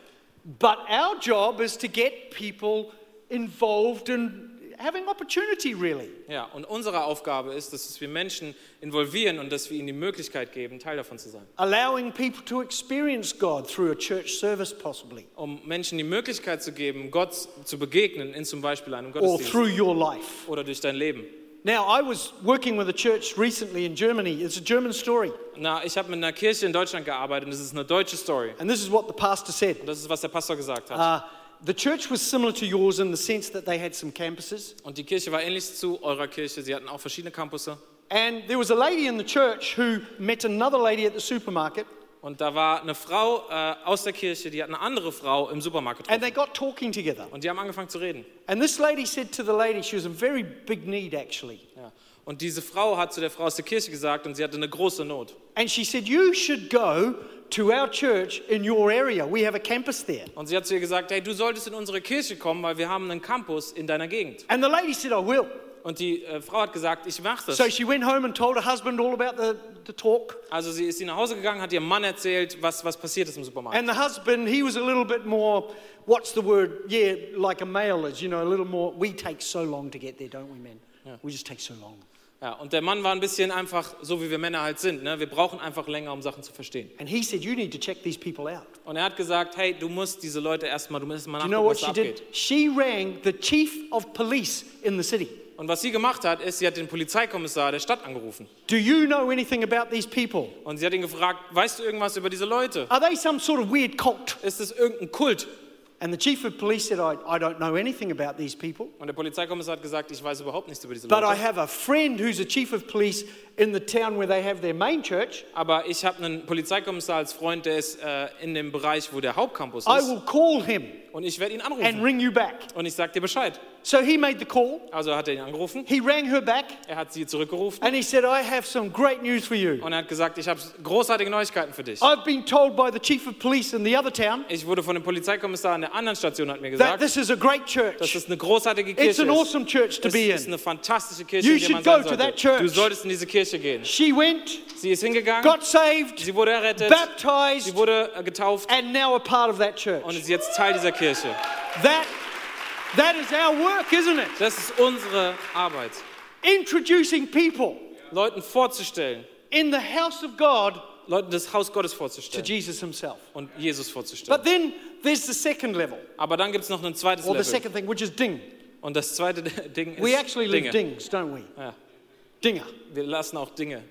[SPEAKER 1] But our job is to get people involved and having opportunity, really.
[SPEAKER 2] Ja, und unsere Aufgabe ist, dass wir Menschen involvieren und dass wir ihnen die Möglichkeit geben, Teil davon zu sein.
[SPEAKER 1] Allowing people to experience God through a church service, possibly,
[SPEAKER 2] Um Menschen die Möglichkeit zu geben, Gott zu begegnen, in zum Beispiel einem
[SPEAKER 1] or
[SPEAKER 2] Gottesdienst
[SPEAKER 1] through your life.
[SPEAKER 2] oder durch dein Leben.
[SPEAKER 1] Now, I was working with a church recently in Germany. It's a German story.
[SPEAKER 2] Na, ich habe mit einer Kirche in Deutschland gearbeitet und das ist eine deutsche Story.
[SPEAKER 1] And this is what the pastor said.
[SPEAKER 2] Und das ist, was der Pastor gesagt hat.
[SPEAKER 1] Uh, the church was similar to yours in the sense that they had some campuses.
[SPEAKER 2] Und die Kirche war ähnlich zu eurer Kirche. Sie hatten auch verschiedene Campusse.
[SPEAKER 1] And there was a lady in the church who met another lady at the supermarket,
[SPEAKER 2] Und da war eine Frau äh, aus der Kirche, die hat eine andere Frau im Supermarkt
[SPEAKER 1] and
[SPEAKER 2] getroffen.
[SPEAKER 1] they got talking together.
[SPEAKER 2] Und die haben angefangen zu reden.
[SPEAKER 1] And this lady said to the lady, she was in very big need actually.
[SPEAKER 2] Ja. Und diese Frau hat zu der Frau aus der Kirche gesagt und sie hatte eine große Not.
[SPEAKER 1] And she said, You should go to our church in your area. We have a campus there.
[SPEAKER 2] Und sie hat zu ihr gesagt, hey, du solltest in unsere Kirche kommen, weil wir haben einen Campus in deiner Gegend.
[SPEAKER 1] And the lady said, I will.
[SPEAKER 2] Und die äh, Frau hat gesagt, ich mach das.
[SPEAKER 1] So she went home and told her husband all about the, the talk.
[SPEAKER 2] Also sie ist sie nach Hause gegangen, hat ihrem Mann erzählt, was, was passiert ist im Supermarkt.
[SPEAKER 1] And the husband, he was a little bit more, what's the word? Yeah, like a male is, you know, a little more. We take so long to get there, don't we, men? We just take so long.
[SPEAKER 2] Ja, und der Mann war ein bisschen einfach, so wie wir Männer halt sind. Ne? Wir brauchen einfach länger, um Sachen zu verstehen.
[SPEAKER 1] And he said, You need to check these people out.
[SPEAKER 2] Und er hat gesagt, hey, du musst diese Leute erstmal, du musst erstmal
[SPEAKER 1] Do you
[SPEAKER 2] nachgucken,
[SPEAKER 1] know what
[SPEAKER 2] was da
[SPEAKER 1] she
[SPEAKER 2] abgeht.
[SPEAKER 1] did? She rang the chief of police in the city.
[SPEAKER 2] Und was sie gemacht hat, ist, sie hat den Polizeikommissar der Stadt angerufen.
[SPEAKER 1] Do you know anything about these people?
[SPEAKER 2] Und sie hat ihn gefragt, weißt du irgendwas über diese Leute?
[SPEAKER 1] Are they some sort of weird cult?
[SPEAKER 2] Ist es irgendein Kult?
[SPEAKER 1] And the chief of police said, I, I don't know anything about these people,
[SPEAKER 2] Und der Polizeikommissar hat gesagt, ich weiß überhaupt nichts über diese
[SPEAKER 1] but I
[SPEAKER 2] Leute.
[SPEAKER 1] have a friend who's a chief of police in the town where they have their main church.
[SPEAKER 2] Aber ich habe einen Polizeikommissar als Freund, der ist äh, in dem Bereich, wo der Hauptcampus
[SPEAKER 1] I
[SPEAKER 2] ist.
[SPEAKER 1] will call him
[SPEAKER 2] Und ich werde ihn
[SPEAKER 1] and
[SPEAKER 2] anrufen.
[SPEAKER 1] ring you back.
[SPEAKER 2] Und ich sag dir Bescheid.
[SPEAKER 1] So he made the call,
[SPEAKER 2] Also hat er ihn angerufen,
[SPEAKER 1] he rang her back,
[SPEAKER 2] er hat sie zurückgerufen
[SPEAKER 1] and he said, I have some great news for you.
[SPEAKER 2] und er hat gesagt, ich habe großartige Neuigkeiten für dich.
[SPEAKER 1] I've been told by the chief of police in the other town
[SPEAKER 2] Ich wurde von dem Polizeikommissar an der anderen Station hat mir
[SPEAKER 1] that
[SPEAKER 2] gesagt,
[SPEAKER 1] this is a great
[SPEAKER 2] dass
[SPEAKER 1] church.
[SPEAKER 2] das eine großartige
[SPEAKER 1] It's
[SPEAKER 2] Kirche
[SPEAKER 1] an
[SPEAKER 2] ist.
[SPEAKER 1] awesome church to
[SPEAKER 2] Das
[SPEAKER 1] be
[SPEAKER 2] ist
[SPEAKER 1] in.
[SPEAKER 2] eine fantastische Kirche,
[SPEAKER 1] You
[SPEAKER 2] in der man
[SPEAKER 1] should
[SPEAKER 2] sein
[SPEAKER 1] go to that
[SPEAKER 2] sollte.
[SPEAKER 1] church.
[SPEAKER 2] Du solltest in diese Kirche gehen.
[SPEAKER 1] She went,
[SPEAKER 2] Sie ist hingegangen,
[SPEAKER 1] got saved,
[SPEAKER 2] sie wurde errettet, sie
[SPEAKER 1] baptized,
[SPEAKER 2] wurde äh, getauft
[SPEAKER 1] and now a part of that
[SPEAKER 2] und
[SPEAKER 1] church.
[SPEAKER 2] ist jetzt Teil dieser Kirche.
[SPEAKER 1] That, that is our work, isn't it?
[SPEAKER 2] Das ist unsere Arbeit.
[SPEAKER 1] introducing people
[SPEAKER 2] Leuten vorzustellen,
[SPEAKER 1] in the house of God
[SPEAKER 2] Leuten das Haus Gottes
[SPEAKER 1] to
[SPEAKER 2] vorzustellen
[SPEAKER 1] Jesus himself.
[SPEAKER 2] und Jesus vorzustellen.
[SPEAKER 1] But then there's the second level,
[SPEAKER 2] Aber dann gibt es noch ein zweites
[SPEAKER 1] or the
[SPEAKER 2] Level.
[SPEAKER 1] second thing, which is ding.
[SPEAKER 2] Und das zweite Ding ist
[SPEAKER 1] We actually live
[SPEAKER 2] Dinge.
[SPEAKER 1] dings, don't we?
[SPEAKER 2] Ja,
[SPEAKER 1] Dinger.
[SPEAKER 2] wir lassen auch Dinge.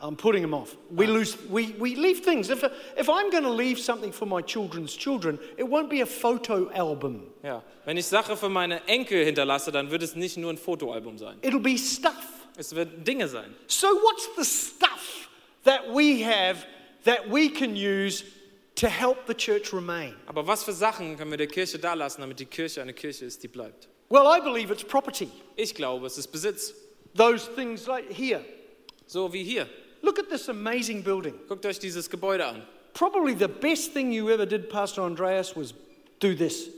[SPEAKER 1] I'm putting them off. We, lose, we, we leave things. If, if I'm going to leave something for my children's children, it won't be a photo album.
[SPEAKER 2] Ja. Wenn ich Sache für meine Enkel hinterlasse, dann wird es nicht nur ein Fotoalbum sein.
[SPEAKER 1] It'll be stuff.
[SPEAKER 2] Es wird Dinge sein.
[SPEAKER 1] So, what's the stuff that we have that we can use to help the church remain?
[SPEAKER 2] Aber was für Sachen können wir der Kirche da lassen, damit die Kirche eine Kirche ist, die bleibt?
[SPEAKER 1] Well, I believe it's property.
[SPEAKER 2] Ich glaube, es ist Besitz.
[SPEAKER 1] Those things like here.
[SPEAKER 2] So wie hier.
[SPEAKER 1] Look at this amazing building.
[SPEAKER 2] Guckt euch dieses Gebäude an.
[SPEAKER 1] Probably the best thing you ever did, Pastor Andreas, was do this.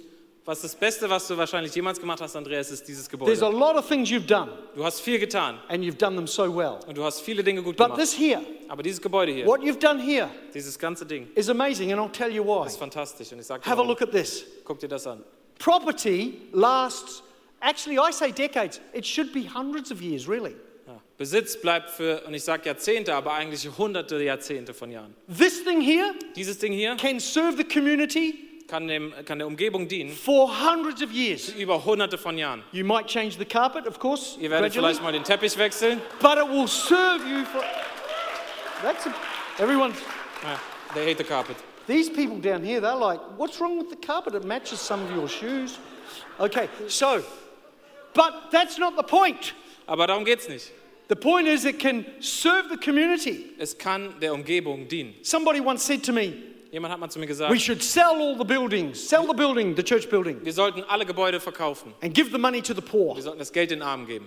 [SPEAKER 2] Was das Beste, was du wahrscheinlich jemals gemacht hast, Andreas, ist dieses
[SPEAKER 1] There's a
[SPEAKER 2] Gebäude.
[SPEAKER 1] lot of things you've done,
[SPEAKER 2] Du hast viel getan
[SPEAKER 1] and you've done them so well.
[SPEAKER 2] und du hast viele Dinge gut
[SPEAKER 1] But
[SPEAKER 2] gemacht.
[SPEAKER 1] this here,
[SPEAKER 2] Aber dieses Gebäude hier,
[SPEAKER 1] what you've done here,
[SPEAKER 2] dieses ganze Ding,
[SPEAKER 1] is amazing, and I'll tell you why.
[SPEAKER 2] ist fantastisch. Und ich sage,
[SPEAKER 1] Have a look at this.
[SPEAKER 2] guck dir das an.
[SPEAKER 1] Property lasts, actually, I say decades. It should be hundreds of years, really.
[SPEAKER 2] Ja. Besitz bleibt für, und ich sage Jahrzehnte, aber eigentlich hunderte Jahrzehnte von Jahren.
[SPEAKER 1] This thing here
[SPEAKER 2] Dieses Ding hier
[SPEAKER 1] can serve the community
[SPEAKER 2] kann, dem, kann der Umgebung dienen,
[SPEAKER 1] for hundreds of years.
[SPEAKER 2] über hunderte von Jahren.
[SPEAKER 1] You might change the carpet, of course,
[SPEAKER 2] Ihr werdet
[SPEAKER 1] gradually,
[SPEAKER 2] vielleicht mal den Teppich wechseln.
[SPEAKER 1] but it will serve you for. That's a, everyone's.
[SPEAKER 2] Ja, they hate the carpet.
[SPEAKER 1] These people down here, they're like, what's wrong with the carpet? It matches some of your shoes. Okay, so, but that's not the point.
[SPEAKER 2] Aber darum geht's nicht.
[SPEAKER 1] The point is, it can serve the community.
[SPEAKER 2] Es kann der Umgebung dienen.
[SPEAKER 1] Somebody once said to me,
[SPEAKER 2] Jemand hat mal zu mir
[SPEAKER 1] We
[SPEAKER 2] gesagt,
[SPEAKER 1] should sell all the buildings, sell the building, the church building,
[SPEAKER 2] wir sollten alle Gebäude verkaufen.
[SPEAKER 1] and give the money to the poor.
[SPEAKER 2] Wir sollten das Geld den Armen geben.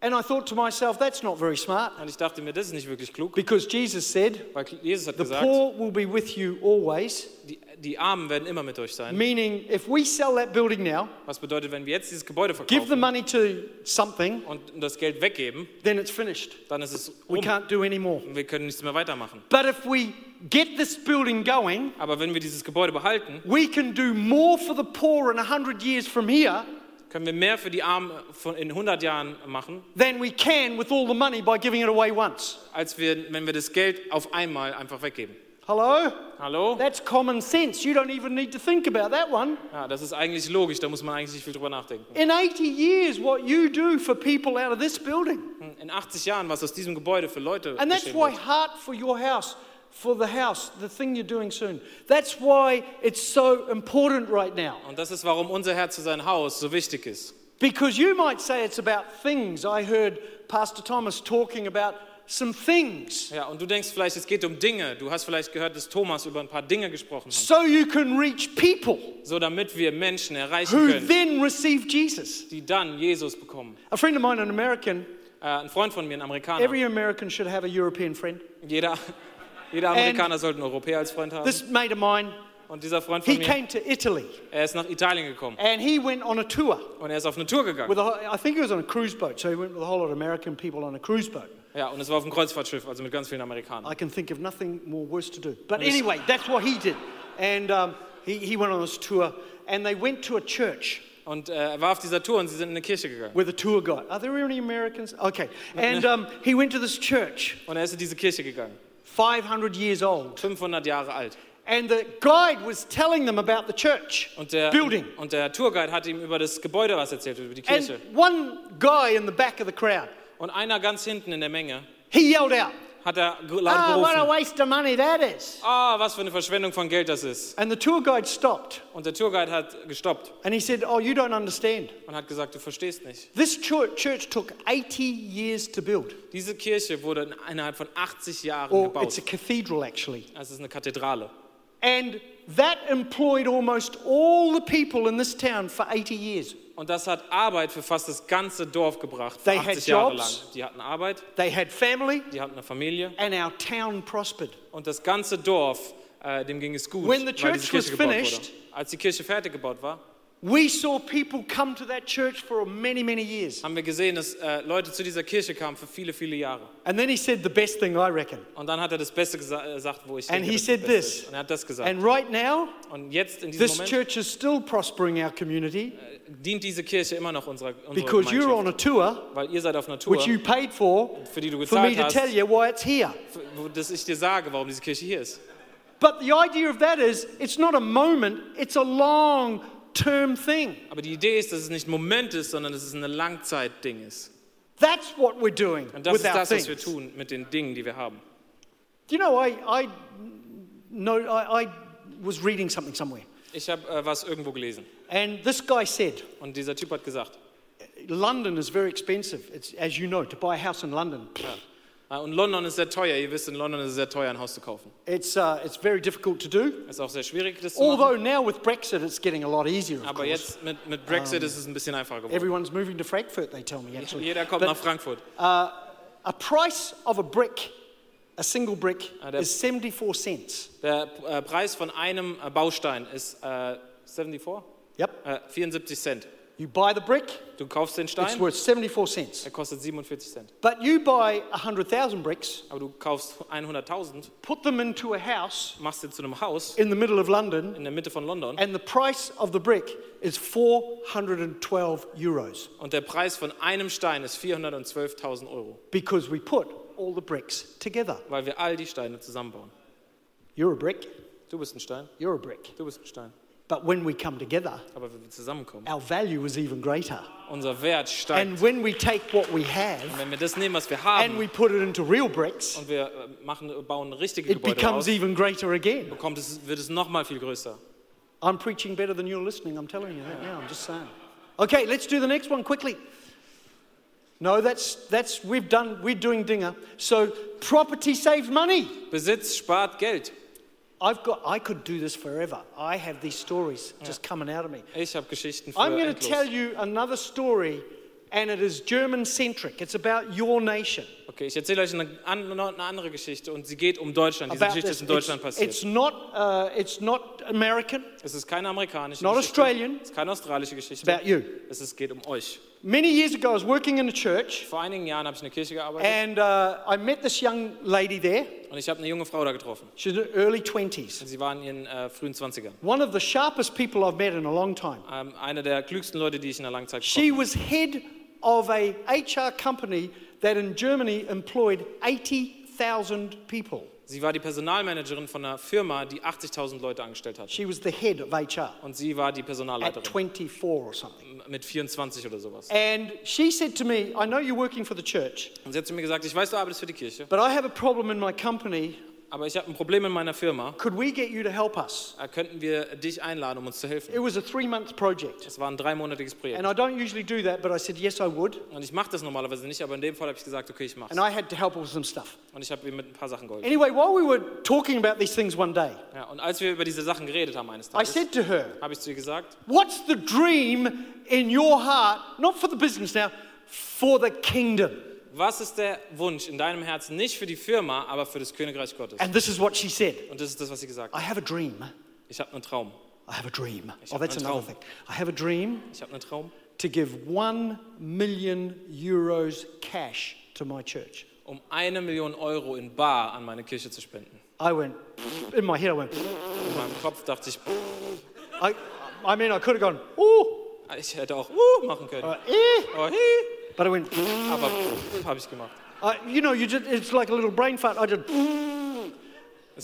[SPEAKER 1] And I thought to myself, that's not very smart,
[SPEAKER 2] Und ich dachte mir, das ist nicht wirklich klug,
[SPEAKER 1] because Jesus said,
[SPEAKER 2] weil Jesus hat
[SPEAKER 1] the
[SPEAKER 2] gesagt,
[SPEAKER 1] poor will be with you always.
[SPEAKER 2] die, die Armen werden immer mit euch sein.
[SPEAKER 1] Meaning, if we sell that building now,
[SPEAKER 2] Was bedeutet, wenn wir jetzt dieses Gebäude
[SPEAKER 1] give the
[SPEAKER 2] verkaufen
[SPEAKER 1] money to something,
[SPEAKER 2] und das Geld weggeben,
[SPEAKER 1] then it's finished.
[SPEAKER 2] dann ist es
[SPEAKER 1] We
[SPEAKER 2] um.
[SPEAKER 1] can't do any more.
[SPEAKER 2] Wir können nichts mehr weitermachen.
[SPEAKER 1] But if we get this building going,
[SPEAKER 2] Aber wenn wir dieses Gebäude behalten,
[SPEAKER 1] we can do more for the poor in 100 years from here
[SPEAKER 2] können wir mehr für die Armen von in 100 Jahren machen,
[SPEAKER 1] than we can with all the money by giving it away once.
[SPEAKER 2] als wir, wenn wir das Geld auf einmal einfach weggeben.
[SPEAKER 1] Hello?
[SPEAKER 2] Hallo?
[SPEAKER 1] That's common sense. You don't even need to think about that one.
[SPEAKER 2] Ja, das ist eigentlich logisch, da muss man eigentlich nicht viel drüber nachdenken.
[SPEAKER 1] In 80 years, what you do for people out of this building.
[SPEAKER 2] In 80 Jahren, was aus diesem Gebäude für Leute
[SPEAKER 1] And that's
[SPEAKER 2] geschehen
[SPEAKER 1] why
[SPEAKER 2] wird.
[SPEAKER 1] Heart for Your House, for the house, the thing you're doing soon, that's why it's so important right now.
[SPEAKER 2] Und das ist, warum unser Herr zu sein Haus so wichtig ist.
[SPEAKER 1] Because you might say it's about things. I heard Pastor Thomas talking about some things.
[SPEAKER 2] Ja, und du denkst vielleicht, es geht um Dinge. Du hast vielleicht gehört, dass Thomas über ein paar Dinge gesprochen hat.
[SPEAKER 1] So you can reach people
[SPEAKER 2] So, damit wir Menschen erreichen
[SPEAKER 1] who
[SPEAKER 2] können,
[SPEAKER 1] then receive Jesus.
[SPEAKER 2] die dann Jesus bekommen.
[SPEAKER 1] A friend of mine, an American,
[SPEAKER 2] Äh, ein Freund von mir, ein Amerikaner.
[SPEAKER 1] every American should have a European friend.
[SPEAKER 2] Jeder, jeder Amerikaner sollte einen Europäer als Freund haben.
[SPEAKER 1] This mate of mine,
[SPEAKER 2] Und dieser Freund von
[SPEAKER 1] he
[SPEAKER 2] mir,
[SPEAKER 1] came to Italy
[SPEAKER 2] er ist nach Italien gekommen
[SPEAKER 1] and he went on a tour.
[SPEAKER 2] und er ist auf eine Tour gegangen.
[SPEAKER 1] With a, whole- I think he was on a cruise boat, so he went with a whole lot of American people on a cruise boat.
[SPEAKER 2] Ja, und es war auf einem Kreuzfahrtschiff, also mit ganz vielen Amerikanern.
[SPEAKER 1] I can think of nothing more worse to do. But anyway, that's what he did. And um, he, he went on this tour, and they went to a church
[SPEAKER 2] Und äh, er war auf dieser Tour und sie sind in eine Kirche gegangen.
[SPEAKER 1] with a tour guide. Are there any Americans? Okay. And um, he went to this church,
[SPEAKER 2] Und er ist in diese Kirche gegangen.
[SPEAKER 1] 500 years old.
[SPEAKER 2] 500 Jahre alt.
[SPEAKER 1] And the guide was telling them about the church
[SPEAKER 2] Und der,
[SPEAKER 1] building.
[SPEAKER 2] und der Tourguide hat ihm über das Gebäude was erzählt, über die
[SPEAKER 1] And
[SPEAKER 2] Kirche.
[SPEAKER 1] one guy in the back of the crowd,
[SPEAKER 2] Und einer ganz hinten in der Menge
[SPEAKER 1] he yelled out,
[SPEAKER 2] hat er ge- laut
[SPEAKER 1] Oh, what a
[SPEAKER 2] gerufen.
[SPEAKER 1] waste of money that is.
[SPEAKER 2] Ah, was für eine Verschwendung von Geld das ist.
[SPEAKER 1] And the tour guide stopped
[SPEAKER 2] Und der Tourguide hat gestoppt
[SPEAKER 1] and he said, Oh, you don't understand.
[SPEAKER 2] und hat gesagt, du verstehst nicht.
[SPEAKER 1] This church, church took 80 years to build.
[SPEAKER 2] Diese Kirche wurde in- innerhalb von 80 Jahren
[SPEAKER 1] Or
[SPEAKER 2] gebaut.
[SPEAKER 1] Oh, it's a cathedral, actually.
[SPEAKER 2] Es ist eine Kathedrale.
[SPEAKER 1] And that employed almost all the people in this town for 80 years.
[SPEAKER 2] Und das hat Arbeit für fast das ganze Dorf gebracht,
[SPEAKER 1] They
[SPEAKER 2] 80
[SPEAKER 1] had
[SPEAKER 2] Jahre lang.
[SPEAKER 1] jobs.
[SPEAKER 2] Die hatten Arbeit,
[SPEAKER 1] They had family,
[SPEAKER 2] die hatten eine Familie
[SPEAKER 1] and our town prospered.
[SPEAKER 2] und das ganze Dorf, äh, dem ging es gut,
[SPEAKER 1] When the
[SPEAKER 2] weil diese
[SPEAKER 1] church
[SPEAKER 2] Kirche
[SPEAKER 1] was
[SPEAKER 2] gebaut
[SPEAKER 1] finished-
[SPEAKER 2] wurde. Als die Kirche fertig gebaut war,
[SPEAKER 1] We saw people come to that church for many, many years.
[SPEAKER 2] haben wir gesehen, dass äh, Leute zu dieser Kirche kamen für viele, viele Jahre.
[SPEAKER 1] And then he said the best thing, I reckon.
[SPEAKER 2] Und dann hat er das Beste gesa- äh, gesagt, wo ich
[SPEAKER 1] And
[SPEAKER 2] denke,
[SPEAKER 1] he
[SPEAKER 2] dass das
[SPEAKER 1] said
[SPEAKER 2] Beste
[SPEAKER 1] this.
[SPEAKER 2] ist. Und er hat das gesagt.
[SPEAKER 1] And right now,
[SPEAKER 2] und jetzt in diesem
[SPEAKER 1] this
[SPEAKER 2] Moment
[SPEAKER 1] church is still prospering our community
[SPEAKER 2] Uh, dient diese Kirche immer noch unserer, unserer
[SPEAKER 1] because
[SPEAKER 2] Gemeinschaft.
[SPEAKER 1] you're on a tour
[SPEAKER 2] weil ihr seid auf einer Tour,
[SPEAKER 1] which you paid for
[SPEAKER 2] für die du
[SPEAKER 1] for me
[SPEAKER 2] gezahlt
[SPEAKER 1] to
[SPEAKER 2] hast,
[SPEAKER 1] tell you why it's here.
[SPEAKER 2] für- wo- dass ich dir sage, warum diese Kirche hier ist.
[SPEAKER 1] But the idea of that is it's not a moment, it's a long term thing.
[SPEAKER 2] Aber die Idee ist, dass es nicht ein Moment ist, sondern dass es ein Langzeitding ist.
[SPEAKER 1] That's what we're doing
[SPEAKER 2] Und das
[SPEAKER 1] with
[SPEAKER 2] ist
[SPEAKER 1] our
[SPEAKER 2] das, was wir
[SPEAKER 1] things.
[SPEAKER 2] tun mit den Dingen, die wir haben.
[SPEAKER 1] Do you know, I, I, know, I, I was reading something somewhere,
[SPEAKER 2] Ich habe äh, was irgendwo gelesen
[SPEAKER 1] and this guy said,
[SPEAKER 2] und dieser Typ hat gesagt,
[SPEAKER 1] London is very expensive. It's, as you know, to buy a house in London,
[SPEAKER 2] ah, und London ist sehr teuer, ihr wisst, in London ist es sehr teuer, ein Haus zu kaufen.
[SPEAKER 1] it's, uh, it's very difficult to do.
[SPEAKER 2] Ist auch sehr schwierig, das zu machen.
[SPEAKER 1] Although now with Brexit, it's getting a lot easier. Of
[SPEAKER 2] Aber
[SPEAKER 1] course.
[SPEAKER 2] jetzt mit, mit
[SPEAKER 1] Um,
[SPEAKER 2] Brexit ist es ein bisschen einfacher geworden.
[SPEAKER 1] Everyone's moving to Frankfurt, they tell me, actually.
[SPEAKER 2] Jeder kommt
[SPEAKER 1] But
[SPEAKER 2] nach Frankfurt.
[SPEAKER 1] a price of a brick, a single brick,
[SPEAKER 2] Ah, der-
[SPEAKER 1] is 74 cents.
[SPEAKER 2] Der äh, Preis von einem äh, Baustein ist äh, 74?
[SPEAKER 1] Yep.
[SPEAKER 2] Äh, 74 Cent.
[SPEAKER 1] You buy the brick,
[SPEAKER 2] Du kaufst den
[SPEAKER 1] it's
[SPEAKER 2] Stein,
[SPEAKER 1] worth 74 cents.
[SPEAKER 2] er kostet 47 Cent.
[SPEAKER 1] But you buy 100,000 bricks,
[SPEAKER 2] Aber du kaufst 100.000,
[SPEAKER 1] put them into a house
[SPEAKER 2] machst den zu einem Haus
[SPEAKER 1] in the middle of London,
[SPEAKER 2] in der Mitte von London
[SPEAKER 1] and the price of the brick is 412 euros
[SPEAKER 2] und der Preis von einem Stein ist 412.000 Euro,
[SPEAKER 1] because we put all the bricks together.
[SPEAKER 2] weil wir all die Steine zusammenbauen.
[SPEAKER 1] You're a brick,
[SPEAKER 2] Du bist ein Stein,
[SPEAKER 1] you're a brick.
[SPEAKER 2] du bist ein Stein.
[SPEAKER 1] But when we come together,
[SPEAKER 2] Aber wenn wir zusammenkommen,
[SPEAKER 1] our value is even greater.
[SPEAKER 2] unser Wert steigt.
[SPEAKER 1] And when we take what we have
[SPEAKER 2] Und wenn wir das nehmen, was wir
[SPEAKER 1] and
[SPEAKER 2] haben,
[SPEAKER 1] we put it into real bricks,
[SPEAKER 2] und wir äh, machen, bauen richtige
[SPEAKER 1] it
[SPEAKER 2] Gebäude
[SPEAKER 1] becomes e-
[SPEAKER 2] aus,
[SPEAKER 1] even greater again.
[SPEAKER 2] kommt es, wird es nochmal viel größer.
[SPEAKER 1] I'm preaching better than you're listening, I'm telling you that now, I'm just saying. Okay, let's do the next one quickly. No, that's, that's we've done, we're doing dinger. So property saves money.
[SPEAKER 2] Besitz spart Geld.
[SPEAKER 1] I've got, I could do this forever. I have these stories just coming out of me.
[SPEAKER 2] Ich habe Geschichten für
[SPEAKER 1] I'm going to
[SPEAKER 2] endlos.
[SPEAKER 1] tell you another story, and it is German centric. It's about your nation.
[SPEAKER 2] Okay, ich erzähle euch eine, an, noch eine andere Geschichte und sie geht um Deutschland. Diese
[SPEAKER 1] About
[SPEAKER 2] Geschichte
[SPEAKER 1] this.
[SPEAKER 2] ist in Deutschland
[SPEAKER 1] it's,
[SPEAKER 2] passiert.
[SPEAKER 1] it's not, uh, it's not American.
[SPEAKER 2] es ist keine amerikanische
[SPEAKER 1] Not
[SPEAKER 2] Geschichte.
[SPEAKER 1] Australian.
[SPEAKER 2] Es ist keine australische Geschichte.
[SPEAKER 1] It's about you.
[SPEAKER 2] es ist, geht um euch.
[SPEAKER 1] Many years ago, I was working in a church,
[SPEAKER 2] Vor einigen Jahren habe ich in der Kirche gearbeitet
[SPEAKER 1] and uh, I met this young lady there.
[SPEAKER 2] und ich habe eine junge Frau da getroffen.
[SPEAKER 1] She's in her early 20s.
[SPEAKER 2] Sie war in ihren äh, frühen 20ern.
[SPEAKER 1] One of the sharpest people I've met in a long time.
[SPEAKER 2] Ähm, eine der klügsten Leute, die ich in der langen Zeit
[SPEAKER 1] She
[SPEAKER 2] getroffen
[SPEAKER 1] was head of a HR company that in Germany employed 80,000 people.
[SPEAKER 2] habe. Sie war die Personalmanagerin von einer Firma, die 80.000 Leute angestellt hat.
[SPEAKER 1] She was the head of HR
[SPEAKER 2] Und sie war die
[SPEAKER 1] at
[SPEAKER 2] Personalleiterin
[SPEAKER 1] 24 or something.
[SPEAKER 2] mit 24 oder sowas.
[SPEAKER 1] And she said to me, I know you're working for the church,
[SPEAKER 2] Und sie hat zu mir gesagt, ich weiß, du arbeitest für die Kirche,
[SPEAKER 1] but I have a problem in my company.
[SPEAKER 2] aber ich habe ein Problem in meiner Firma.
[SPEAKER 1] Could we get you to help us?
[SPEAKER 2] Äh, Könnten wir dich einladen, um uns zu helfen?
[SPEAKER 1] It was a three month project.
[SPEAKER 2] Es war ein dreimonatiges Projekt.
[SPEAKER 1] And I don't usually do that, but I said, yes, I would.
[SPEAKER 2] Und ich mache das normalerweise nicht, aber in dem Fall habe ich gesagt, okay, ich mache
[SPEAKER 1] And I had to help her with some stuff.
[SPEAKER 2] Und ich habe ihm mit ein paar Sachen geholfen.
[SPEAKER 1] Anyway, while we were talking about these things one day,
[SPEAKER 2] Ja, und als wir über diese Sachen geredet haben eines
[SPEAKER 1] I
[SPEAKER 2] Tages,
[SPEAKER 1] said to her,
[SPEAKER 2] habe ich zu ihr gesagt,
[SPEAKER 1] What's the dream in your heart, not for the business now, for the kingdom?
[SPEAKER 2] was ist der Wunsch in deinem Herzen, nicht für die Firma, aber für das Königreich Gottes?
[SPEAKER 1] And this is what she said
[SPEAKER 2] Und das ist das, was sie gesagt
[SPEAKER 1] I
[SPEAKER 2] hat.
[SPEAKER 1] have a dream.
[SPEAKER 2] Ich habe einen Traum.
[SPEAKER 1] I have a dream.
[SPEAKER 2] Ich
[SPEAKER 1] Oh,
[SPEAKER 2] hab
[SPEAKER 1] that's
[SPEAKER 2] einen
[SPEAKER 1] another
[SPEAKER 2] Traum.
[SPEAKER 1] thing. I have a dream
[SPEAKER 2] Ich habe einen Traum,
[SPEAKER 1] to give 1 million euros cash to my church.
[SPEAKER 2] um eine Million Euro in Bar an meine Kirche zu spenden.
[SPEAKER 1] I went, in my head, I went,
[SPEAKER 2] In meinem Kopf dachte ich,
[SPEAKER 1] I, I mean, I could have gone, ooh,
[SPEAKER 2] ich hätte auch uh, machen können.
[SPEAKER 1] uh, eh,
[SPEAKER 2] Oh, hey.
[SPEAKER 1] but I went,
[SPEAKER 2] Aber habe ich gemacht.
[SPEAKER 1] I, you know, you just, it's like a little brain fart. I just,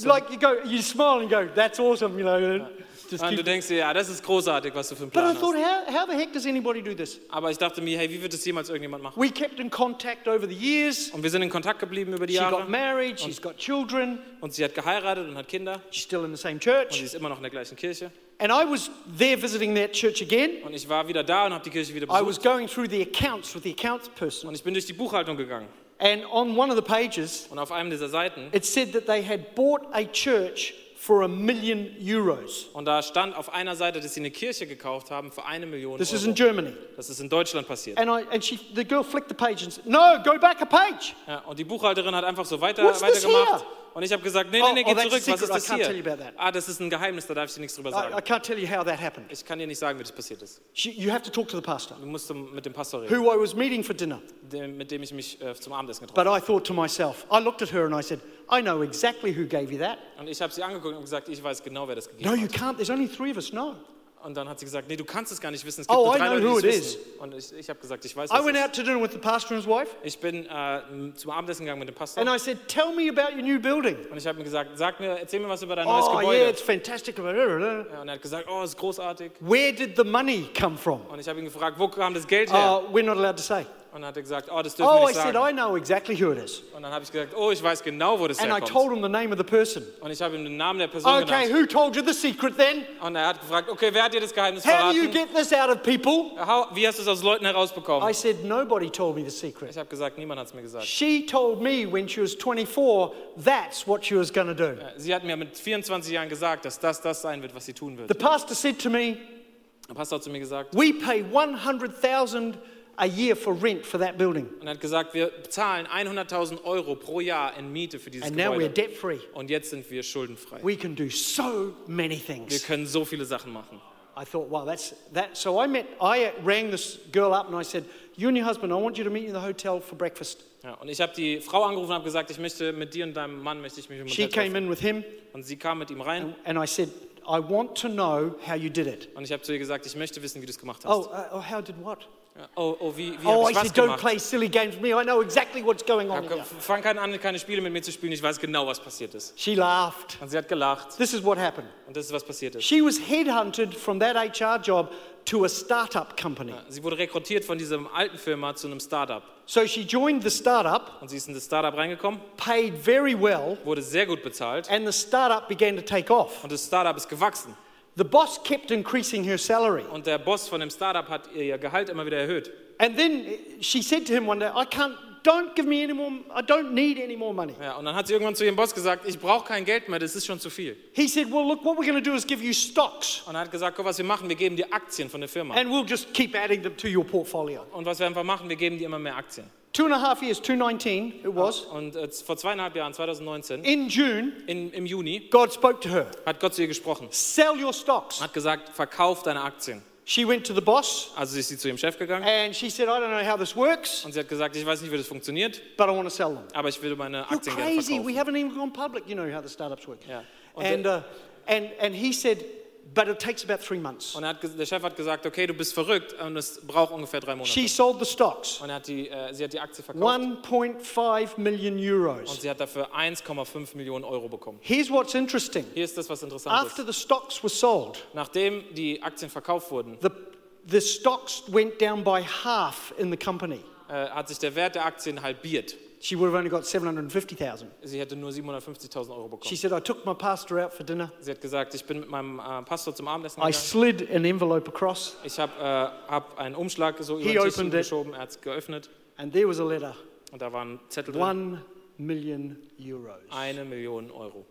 [SPEAKER 1] like you go, you smile and go, that's awesome, you know. Just
[SPEAKER 2] Und du
[SPEAKER 1] keep
[SPEAKER 2] denkst dir, ja, das ist großartig, was du für einen
[SPEAKER 1] But I
[SPEAKER 2] Plan
[SPEAKER 1] thought,
[SPEAKER 2] hast.
[SPEAKER 1] how, how the heck does anybody do this?
[SPEAKER 2] Aber ich dachte mir, hey, wie wird das jemals irgendjemand machen?
[SPEAKER 1] We kept in contact over the years.
[SPEAKER 2] Und wir sind in Kontakt geblieben über die
[SPEAKER 1] She got
[SPEAKER 2] Jahre.
[SPEAKER 1] married, she's got children,
[SPEAKER 2] Und sie hat geheiratet und hat Kinder.
[SPEAKER 1] she's still in the same
[SPEAKER 2] Und sie
[SPEAKER 1] church.
[SPEAKER 2] ist immer noch in der gleichen Kirche.
[SPEAKER 1] And I was there visiting that church again.
[SPEAKER 2] Und ich war wieder da und habe die Kirche wieder
[SPEAKER 1] I
[SPEAKER 2] besucht.
[SPEAKER 1] was going through the accounts with the accounts person.
[SPEAKER 2] Und ich bin durch die Buchhaltung gegangen.
[SPEAKER 1] And on one of the pages,
[SPEAKER 2] Und auf einem dieser Seiten,
[SPEAKER 1] it said that they had bought a church for a million euros.
[SPEAKER 2] und da stand auf einer Seite, dass sie eine Kirche gekauft haben für eine Million
[SPEAKER 1] This is in Äh,
[SPEAKER 2] Euro.
[SPEAKER 1] Germany.
[SPEAKER 2] Das ist in Deutschland passiert.
[SPEAKER 1] And, I, and she, the girl flicked the page and said, No, go back a page.
[SPEAKER 2] Ja, und die Buchhalterin hat einfach so weiter,
[SPEAKER 1] What's this
[SPEAKER 2] weitergemacht.
[SPEAKER 1] here?
[SPEAKER 2] Und ich habe gesagt, nee,
[SPEAKER 1] Oh,
[SPEAKER 2] nee,
[SPEAKER 1] oh,
[SPEAKER 2] nee, geh
[SPEAKER 1] that's a
[SPEAKER 2] zurück, was
[SPEAKER 1] secret,
[SPEAKER 2] ist das
[SPEAKER 1] I can't tell you about
[SPEAKER 2] hier?
[SPEAKER 1] that. Ah,
[SPEAKER 2] Ah, das ist ein Geheimnis, da darf ich dir nichts drüber
[SPEAKER 1] I, I
[SPEAKER 2] sagen.
[SPEAKER 1] can't tell you how that happened.
[SPEAKER 2] Ich kann dir nicht sagen, wie das passiert ist.
[SPEAKER 1] She, you have to talk to the pastor,
[SPEAKER 2] Du musst mit dem Pastor reden,
[SPEAKER 1] who I was meeting for dinner.
[SPEAKER 2] dem, mit dem ich mich äh, zum Abendessen getroffen
[SPEAKER 1] But I thought to myself, I looked at her and I said, I know exactly who gave you that.
[SPEAKER 2] habe. Und ich habe sie angeguckt und gesagt, ich weiß genau, wer das gegeben
[SPEAKER 1] No,
[SPEAKER 2] hat.
[SPEAKER 1] you can't. There's only three of us. No.
[SPEAKER 2] Und dann hat sie gesagt, nee, du kannst es gar nicht wissen. Es gibt
[SPEAKER 1] Oh,
[SPEAKER 2] nur
[SPEAKER 1] I
[SPEAKER 2] drei
[SPEAKER 1] know who
[SPEAKER 2] Leute, die
[SPEAKER 1] it
[SPEAKER 2] es
[SPEAKER 1] is.
[SPEAKER 2] wissen. Und ich, ich habe gesagt, ich weiß
[SPEAKER 1] I
[SPEAKER 2] was
[SPEAKER 1] went
[SPEAKER 2] es. ist.
[SPEAKER 1] out to dinner with the pastor and his wife,
[SPEAKER 2] Ich bin äh, zum Abendessen gegangen mit dem Pastor
[SPEAKER 1] and I said, Tell me about your new building.
[SPEAKER 2] und ich habe ihm gesagt, sag mir, erzähl mir was über dein neues
[SPEAKER 1] Oh, yeah,
[SPEAKER 2] Gebäude.
[SPEAKER 1] it's fantastic. Where
[SPEAKER 2] Ja, und er hat gesagt, oh, ist großartig.
[SPEAKER 1] did the money come from?
[SPEAKER 2] Und ich habe ihn gefragt, wo kam das Geld her?
[SPEAKER 1] Uh, we're not allowed to say.
[SPEAKER 2] Und Und dann hat er gesagt, oh, das dürfen wir
[SPEAKER 1] Oh, I
[SPEAKER 2] nicht
[SPEAKER 1] said,
[SPEAKER 2] sagen.
[SPEAKER 1] I know exactly who it is.
[SPEAKER 2] Und dann habe ich gesagt, oh, ich weiß genau, wo das
[SPEAKER 1] And I
[SPEAKER 2] herkommt.
[SPEAKER 1] told him the name of the person.
[SPEAKER 2] Und ich habe ihm den Namen der Person
[SPEAKER 1] Okay,
[SPEAKER 2] genannt.
[SPEAKER 1] who told you the secret then?
[SPEAKER 2] Und er hat gefragt, okay, wer hat dir das Geheimnis
[SPEAKER 1] How do you get
[SPEAKER 2] verraten?
[SPEAKER 1] this out of people?
[SPEAKER 2] How, wie hast du es aus Leuten herausbekommen?
[SPEAKER 1] I said, nobody told me the secret.
[SPEAKER 2] Ich habe gesagt, niemand hat es mir gesagt.
[SPEAKER 1] She told me when she was 24, that's what she was going to do.
[SPEAKER 2] Sie hat mir mit 24 Jahren gesagt, dass das das sein wird, was sie tun
[SPEAKER 1] The
[SPEAKER 2] wird.
[SPEAKER 1] pastor said to me,
[SPEAKER 2] Der Pastor hat zu mir gesagt,
[SPEAKER 1] We pay 100,000 a year for rent for that building,
[SPEAKER 2] und er hat gesagt, wir bezahlen 100.000 Euro pro Jahr in Miete für dieses
[SPEAKER 1] and now we're
[SPEAKER 2] Gebäude.
[SPEAKER 1] debt free.
[SPEAKER 2] Und jetzt sind wir schuldenfrei.
[SPEAKER 1] We can do so many
[SPEAKER 2] Wir
[SPEAKER 1] things.
[SPEAKER 2] können so viele Sachen machen.
[SPEAKER 1] I thought, wow, that's that. So I met, I rang this girl up and I said, You and your husband, I want you to meet in the hotel for breakfast.
[SPEAKER 2] Ja, und ich habe die Frau angerufen und habe gesagt, ich möchte mit dir und deinem Mann möchte ich mich um
[SPEAKER 1] She came in Oh. with him,
[SPEAKER 2] Und sie kam mit ihm rein
[SPEAKER 1] and I said, I want to know how you did it.
[SPEAKER 2] und ich habe zu ihr gesagt, ich möchte wissen, wie du es gemacht hast.
[SPEAKER 1] Oh, uh, oh how did what?
[SPEAKER 2] Ja, oh, oh, wie, wie
[SPEAKER 1] oh,
[SPEAKER 2] habe
[SPEAKER 1] I
[SPEAKER 2] ich was
[SPEAKER 1] said, don't
[SPEAKER 2] gemacht?
[SPEAKER 1] play silly games with me. I know exactly what's going on.
[SPEAKER 2] Hab ge-
[SPEAKER 1] Here.
[SPEAKER 2] Fang keine an, keine Spiele mit mir zu spielen. Ich weiß genau, was passiert ist.
[SPEAKER 1] She laughed.
[SPEAKER 2] Und sie hat gelacht.
[SPEAKER 1] This is what happened.
[SPEAKER 2] Und das ist, was passiert ist.
[SPEAKER 1] She was headhunted from that HR job to a startup company.
[SPEAKER 2] Sie wurde rekrutiert von diesem alten Firma zu einem Startup.
[SPEAKER 1] So she joined the startup,
[SPEAKER 2] Und sie ist in das Startup reingekommen,
[SPEAKER 1] paid very well,
[SPEAKER 2] wurde sehr gut bezahlt.
[SPEAKER 1] and the startup began to take off.
[SPEAKER 2] Und das Startup ist gewachsen.
[SPEAKER 1] The boss kept increasing her salary.
[SPEAKER 2] Und der Boss von dem Startup hat ihr ihr Gehalt immer wieder erhöht.
[SPEAKER 1] And then she said to him one day, I can't, don't give me any more, I don't need any more money.
[SPEAKER 2] Ja, und dann hat sie irgendwann zu ihrem Boss gesagt, ich brauche kein Geld mehr, das ist schon zu viel.
[SPEAKER 1] He said, Well, look, what we're going to do is give you stocks
[SPEAKER 2] Und er hat gesagt, guck, was wir machen, wir geben dir Aktien von der Firma.
[SPEAKER 1] and we'll just keep adding them to your portfolio.
[SPEAKER 2] Und was wir einfach machen, wir geben dir immer mehr Aktien.
[SPEAKER 1] Two and a half years, 219 it was.
[SPEAKER 2] Und äh, vor zweieinhalb Jahren, 2019,
[SPEAKER 1] In June,
[SPEAKER 2] in, im Juni,
[SPEAKER 1] God spoke to her
[SPEAKER 2] hat Gott zu ihr gesprochen.
[SPEAKER 1] sell your stocks.
[SPEAKER 2] Hat gesagt, verkauf deine Aktien.
[SPEAKER 1] She went to the boss
[SPEAKER 2] Also ist sie zu ihrem Chef gegangen
[SPEAKER 1] and she said, I don't know how this works,
[SPEAKER 2] und sie hat gesagt, ich weiß nicht, wie das funktioniert,
[SPEAKER 1] but I want to sell them.
[SPEAKER 2] aber ich will meine
[SPEAKER 1] You're
[SPEAKER 2] Aktien gerne
[SPEAKER 1] crazy. We
[SPEAKER 2] verkaufen.
[SPEAKER 1] haven't even gone public. You know how the startups work.
[SPEAKER 2] Yeah. Und
[SPEAKER 1] And, uh, and, and he said, But it takes about three months.
[SPEAKER 2] Und er hat, ge- der Chef hat gesagt, okay, du bist verrückt und es braucht ungefähr drei Monate.
[SPEAKER 1] She sold the stocks,
[SPEAKER 2] Und er hat die, äh, sie hat die Aktie verkauft
[SPEAKER 1] 1.5 million
[SPEAKER 2] und
[SPEAKER 1] euros.
[SPEAKER 2] sie hat dafür 1,5 Millionen Euro bekommen.
[SPEAKER 1] Here's what's interesting.
[SPEAKER 2] Hier ist das, was interessant ist.
[SPEAKER 1] After the stocks were sold,
[SPEAKER 2] Nachdem die Aktien verkauft wurden,
[SPEAKER 1] the, the stocks went down by half in the company.
[SPEAKER 2] äh, hat sich der Wert der Aktien halbiert.
[SPEAKER 1] She would have only got 750,000.
[SPEAKER 2] Sie hätte nur 750.000 Euro
[SPEAKER 1] She
[SPEAKER 2] bekommen.
[SPEAKER 1] said, I took my pastor out for dinner.
[SPEAKER 2] Sie hat gesagt, ich bin mit meinem äh, Pastor zum Abendessen
[SPEAKER 1] I
[SPEAKER 2] gegangen.
[SPEAKER 1] slid an envelope across,
[SPEAKER 2] Ich habe äh, hab einen Umschlag so
[SPEAKER 1] He
[SPEAKER 2] über den
[SPEAKER 1] opened
[SPEAKER 2] Tisch
[SPEAKER 1] it.
[SPEAKER 2] geschoben, er hat es geöffnet
[SPEAKER 1] and there was a letter
[SPEAKER 2] und da waren Zettel drin.
[SPEAKER 1] 1 million euros.
[SPEAKER 2] Eine Million Euro.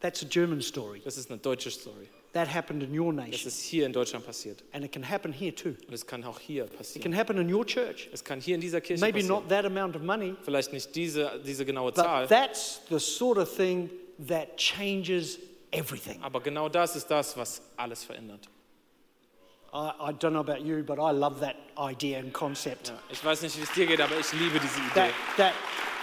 [SPEAKER 1] That's a German story.
[SPEAKER 2] Das ist eine deutsche Story.
[SPEAKER 1] That happened in your
[SPEAKER 2] Das
[SPEAKER 1] nation,
[SPEAKER 2] ist hier in Deutschland passiert.
[SPEAKER 1] and it can happen here too.
[SPEAKER 2] Und es kann auch hier
[SPEAKER 1] It
[SPEAKER 2] passieren.
[SPEAKER 1] can happen in your church.
[SPEAKER 2] Es kann hier in dieser Kirche
[SPEAKER 1] Maybe
[SPEAKER 2] passieren.
[SPEAKER 1] not that amount of money,
[SPEAKER 2] Vielleicht nicht diese, diese genaue
[SPEAKER 1] But
[SPEAKER 2] Zahl,
[SPEAKER 1] that's the sort of thing that changes everything.
[SPEAKER 2] aber genau das ist das, was alles verändert.
[SPEAKER 1] I, I don't know about you, but I love that idea and concept.
[SPEAKER 2] Ja, ich weiß nicht, wie es dir geht, aber ich liebe diese Idee,
[SPEAKER 1] That, that,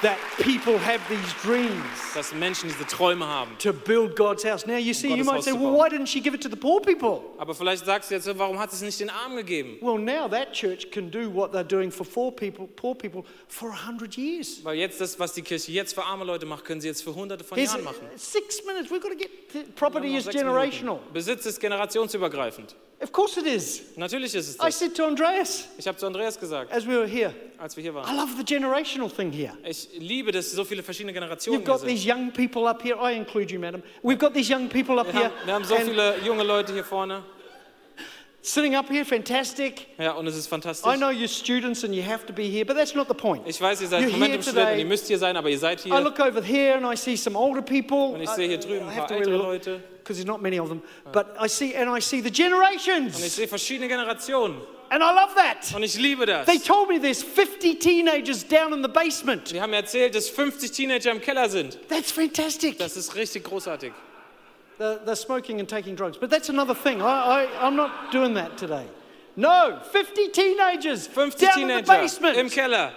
[SPEAKER 1] that people have these dreams
[SPEAKER 2] dass Menschen diese Träume haben.
[SPEAKER 1] to build God's house. Now, you see, you
[SPEAKER 2] Gottes
[SPEAKER 1] might
[SPEAKER 2] Haus
[SPEAKER 1] say,
[SPEAKER 2] zu
[SPEAKER 1] well,
[SPEAKER 2] bauen.
[SPEAKER 1] why didn't she give it to the poor people?
[SPEAKER 2] Aber vielleicht sagst du jetzt, warum hat es nicht den Arm gegeben?
[SPEAKER 1] Well, now that church can do what they're doing for poor people, poor people for 100 years.
[SPEAKER 2] Weil jetzt das, was die Kirche jetzt für arme Leute macht, können sie jetzt für hunderte von
[SPEAKER 1] Here's
[SPEAKER 2] Jahren machen.
[SPEAKER 1] six minutes. We've got to get the
[SPEAKER 2] Wir haben
[SPEAKER 1] property
[SPEAKER 2] noch
[SPEAKER 1] is
[SPEAKER 2] sechs
[SPEAKER 1] generational.
[SPEAKER 2] Minuten. Besitz ist generationsübergreifend.
[SPEAKER 1] Of course it is.
[SPEAKER 2] Natürlich ist es
[SPEAKER 1] I
[SPEAKER 2] das.
[SPEAKER 1] said to Andreas
[SPEAKER 2] Ich habe zu Andreas gesagt,
[SPEAKER 1] as we were here,
[SPEAKER 2] als wir hier
[SPEAKER 1] I
[SPEAKER 2] waren.
[SPEAKER 1] love the generational thing here.
[SPEAKER 2] Ich liebe, dass so viele verschiedene Generationen
[SPEAKER 1] You've
[SPEAKER 2] hier
[SPEAKER 1] got
[SPEAKER 2] sind.
[SPEAKER 1] these young people up here. I include you, madam. We've got these young people up
[SPEAKER 2] Wir
[SPEAKER 1] here.
[SPEAKER 2] haben, wir haben so
[SPEAKER 1] and
[SPEAKER 2] viele junge Leute hier vorne.
[SPEAKER 1] sitting up here, fantastic.
[SPEAKER 2] Ja, und es ist
[SPEAKER 1] I
[SPEAKER 2] fantastisch.
[SPEAKER 1] know you're students and you have to be here, but that's not the point.
[SPEAKER 2] Ich weiß, ihr seid
[SPEAKER 1] You're
[SPEAKER 2] im Moment
[SPEAKER 1] here
[SPEAKER 2] im Studenten,
[SPEAKER 1] today.
[SPEAKER 2] ihr müsst hier sein, aber ihr seid hier.
[SPEAKER 1] I look over here and I see some older people. Uh,
[SPEAKER 2] Und ich sehe hier drüben ein paar ältere Leute.
[SPEAKER 1] because there's not many of them. But I see, and I see the
[SPEAKER 2] Und ich
[SPEAKER 1] generations,
[SPEAKER 2] sehe verschiedene Generationen.
[SPEAKER 1] and I love that.
[SPEAKER 2] Und ich liebe das.
[SPEAKER 1] They told me there's 50 teenagers down in the basement.
[SPEAKER 2] Die haben mir erzählt, dass 50 Teenager im Keller sind.
[SPEAKER 1] That's fantastic.
[SPEAKER 2] Das ist richtig großartig.
[SPEAKER 1] They're, they're smoking and taking drugs. But that's another thing. I, I, I'm not doing that today. No, 50 teenagers
[SPEAKER 2] 50
[SPEAKER 1] down in the
[SPEAKER 2] Teenager
[SPEAKER 1] basement.
[SPEAKER 2] im Keller.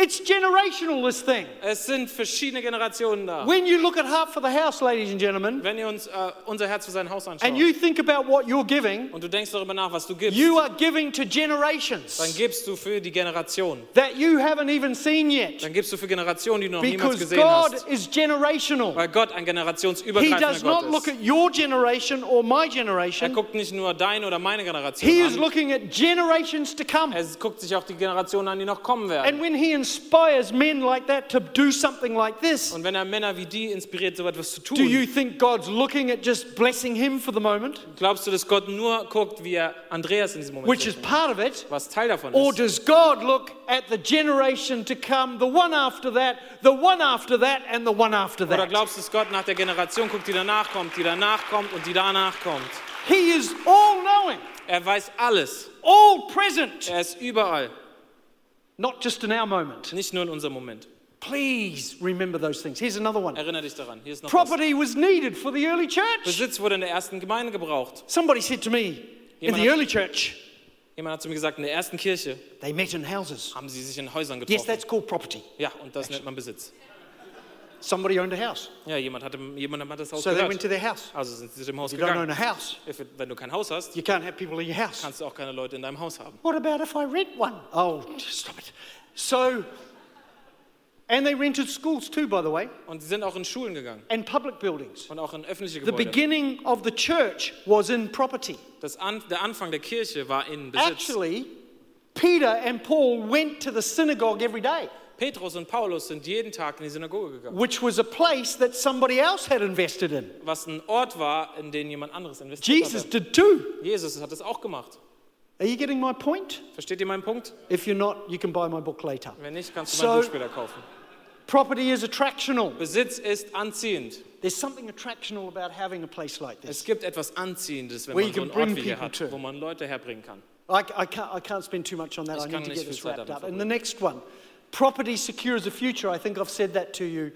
[SPEAKER 1] It's generational, this thing.
[SPEAKER 2] Es sind verschiedene Generationen da.
[SPEAKER 1] When you look at Heart for the House, ladies and gentlemen,
[SPEAKER 2] Wenn ihr uns äh, unser Herz für sein Haus anschaut
[SPEAKER 1] and you think about what you're giving,
[SPEAKER 2] und du denkst darüber nach, was du gibst,
[SPEAKER 1] you are giving to
[SPEAKER 2] dann
[SPEAKER 1] generations
[SPEAKER 2] gibst du für die Generation.
[SPEAKER 1] that you haven't even seen yet.
[SPEAKER 2] Dann gibst du für Generationen, die du noch niemals
[SPEAKER 1] Because
[SPEAKER 2] gesehen
[SPEAKER 1] God
[SPEAKER 2] hast.
[SPEAKER 1] is generational.
[SPEAKER 2] Weil Gott ein
[SPEAKER 1] He
[SPEAKER 2] generationsübergreifender
[SPEAKER 1] does
[SPEAKER 2] Gott
[SPEAKER 1] not
[SPEAKER 2] ist.
[SPEAKER 1] look at your generation or my
[SPEAKER 2] er
[SPEAKER 1] generation.
[SPEAKER 2] guckt nicht nur deine oder meine Generation
[SPEAKER 1] He
[SPEAKER 2] an.
[SPEAKER 1] is looking at generations to come.
[SPEAKER 2] Er guckt sich auch die Generationen an, die noch
[SPEAKER 1] And
[SPEAKER 2] kommen werden.
[SPEAKER 1] when he inspires men like that to do something like this,
[SPEAKER 2] Und wenn er Männer wie die inspiriert, so etwas zu
[SPEAKER 1] do you
[SPEAKER 2] tun,
[SPEAKER 1] think God's looking at just blessing him for the moment,
[SPEAKER 2] glaubst du, dass Gott nur guckt, wie er Andreas in diesem Moment
[SPEAKER 1] which is
[SPEAKER 2] sieht?
[SPEAKER 1] part of it?
[SPEAKER 2] Was Teil davon
[SPEAKER 1] Or
[SPEAKER 2] ist?
[SPEAKER 1] does God look at the generation to come, the one after that, the one after that, and the one after
[SPEAKER 2] Oder
[SPEAKER 1] that?
[SPEAKER 2] glaubst du, dass Gott nach der Generation guckt, die danach kommt, die danach kommt und die danach kommt?
[SPEAKER 1] He is all knowing,
[SPEAKER 2] Er weiß alles.
[SPEAKER 1] all present,
[SPEAKER 2] Er ist überall.
[SPEAKER 1] not just in our moment.
[SPEAKER 2] Nicht nur in unserem Moment.
[SPEAKER 1] Please remember those things. Here's another one
[SPEAKER 2] Erinnere dich daran. Hier ist noch was.
[SPEAKER 1] property was needed for the early church.
[SPEAKER 2] Besitz wurde in der ersten Gemeinde gebraucht.
[SPEAKER 1] Somebody said to me, in the early church,
[SPEAKER 2] Jemand hat zu mir gesagt, in der ersten Kirche
[SPEAKER 1] they met in houses.
[SPEAKER 2] haben sie sich in Häusern
[SPEAKER 1] Yes,
[SPEAKER 2] getroffen.
[SPEAKER 1] that's called property.
[SPEAKER 2] Ja, und das nennt man Besitz.
[SPEAKER 1] Somebody owned a house,
[SPEAKER 2] Ja, jemand hat, jemand hat das Haus
[SPEAKER 1] so they went to
[SPEAKER 2] gehört.
[SPEAKER 1] their house.
[SPEAKER 2] Also sind sie zu dem Haus
[SPEAKER 1] You don't
[SPEAKER 2] gegangen.
[SPEAKER 1] own a house,
[SPEAKER 2] If- Wenn du kein Haus hast,
[SPEAKER 1] you can't have people in your house.
[SPEAKER 2] kannst du auch keine Leute in deinem Haus haben.
[SPEAKER 1] What about if I rent one? Oh, stop it. So, and they rented schools too, by the way,
[SPEAKER 2] Und sie sind auch in Schulen gegangen
[SPEAKER 1] and public buildings.
[SPEAKER 2] und auch in öffentliche
[SPEAKER 1] The
[SPEAKER 2] Gebäude.
[SPEAKER 1] beginning of the church was in property.
[SPEAKER 2] Das An der Anfang der Kirche war in Besitz.
[SPEAKER 1] Actually, Peter and Paul went to the synagogue every day,
[SPEAKER 2] Petrus und Paulus sind jeden Tag in die Synagoge gegangen,
[SPEAKER 1] which was a place that somebody else had invested in.
[SPEAKER 2] was ein Ort war, in den jemand anderes investiert
[SPEAKER 1] Jesus
[SPEAKER 2] hatte.
[SPEAKER 1] did too.
[SPEAKER 2] Jesus hat das auch gemacht.
[SPEAKER 1] Are you getting my point?
[SPEAKER 2] Versteht ihr meinen Punkt?
[SPEAKER 1] If you're not, you can buy my book later.
[SPEAKER 2] Wenn nicht, kannst du
[SPEAKER 1] So-
[SPEAKER 2] meinen Buch später kaufen.
[SPEAKER 1] Property is attractional.
[SPEAKER 2] Besitz ist anziehend.
[SPEAKER 1] There's something attractional about having a place like
[SPEAKER 2] Es
[SPEAKER 1] this.
[SPEAKER 2] gibt etwas Anziehendes, wenn
[SPEAKER 1] Where you
[SPEAKER 2] man so
[SPEAKER 1] can
[SPEAKER 2] einen Ort
[SPEAKER 1] bring
[SPEAKER 2] wie hier
[SPEAKER 1] people
[SPEAKER 2] hat,
[SPEAKER 1] to.
[SPEAKER 2] wo man Leute herbringen kann.
[SPEAKER 1] I, I, can't, I can't spend too much on that.
[SPEAKER 2] Ich
[SPEAKER 1] I
[SPEAKER 2] kann
[SPEAKER 1] need to get
[SPEAKER 2] nicht viel
[SPEAKER 1] this
[SPEAKER 2] Zeit
[SPEAKER 1] wrapped
[SPEAKER 2] damit
[SPEAKER 1] up. And the next one property secures a future. I think I've said that to you.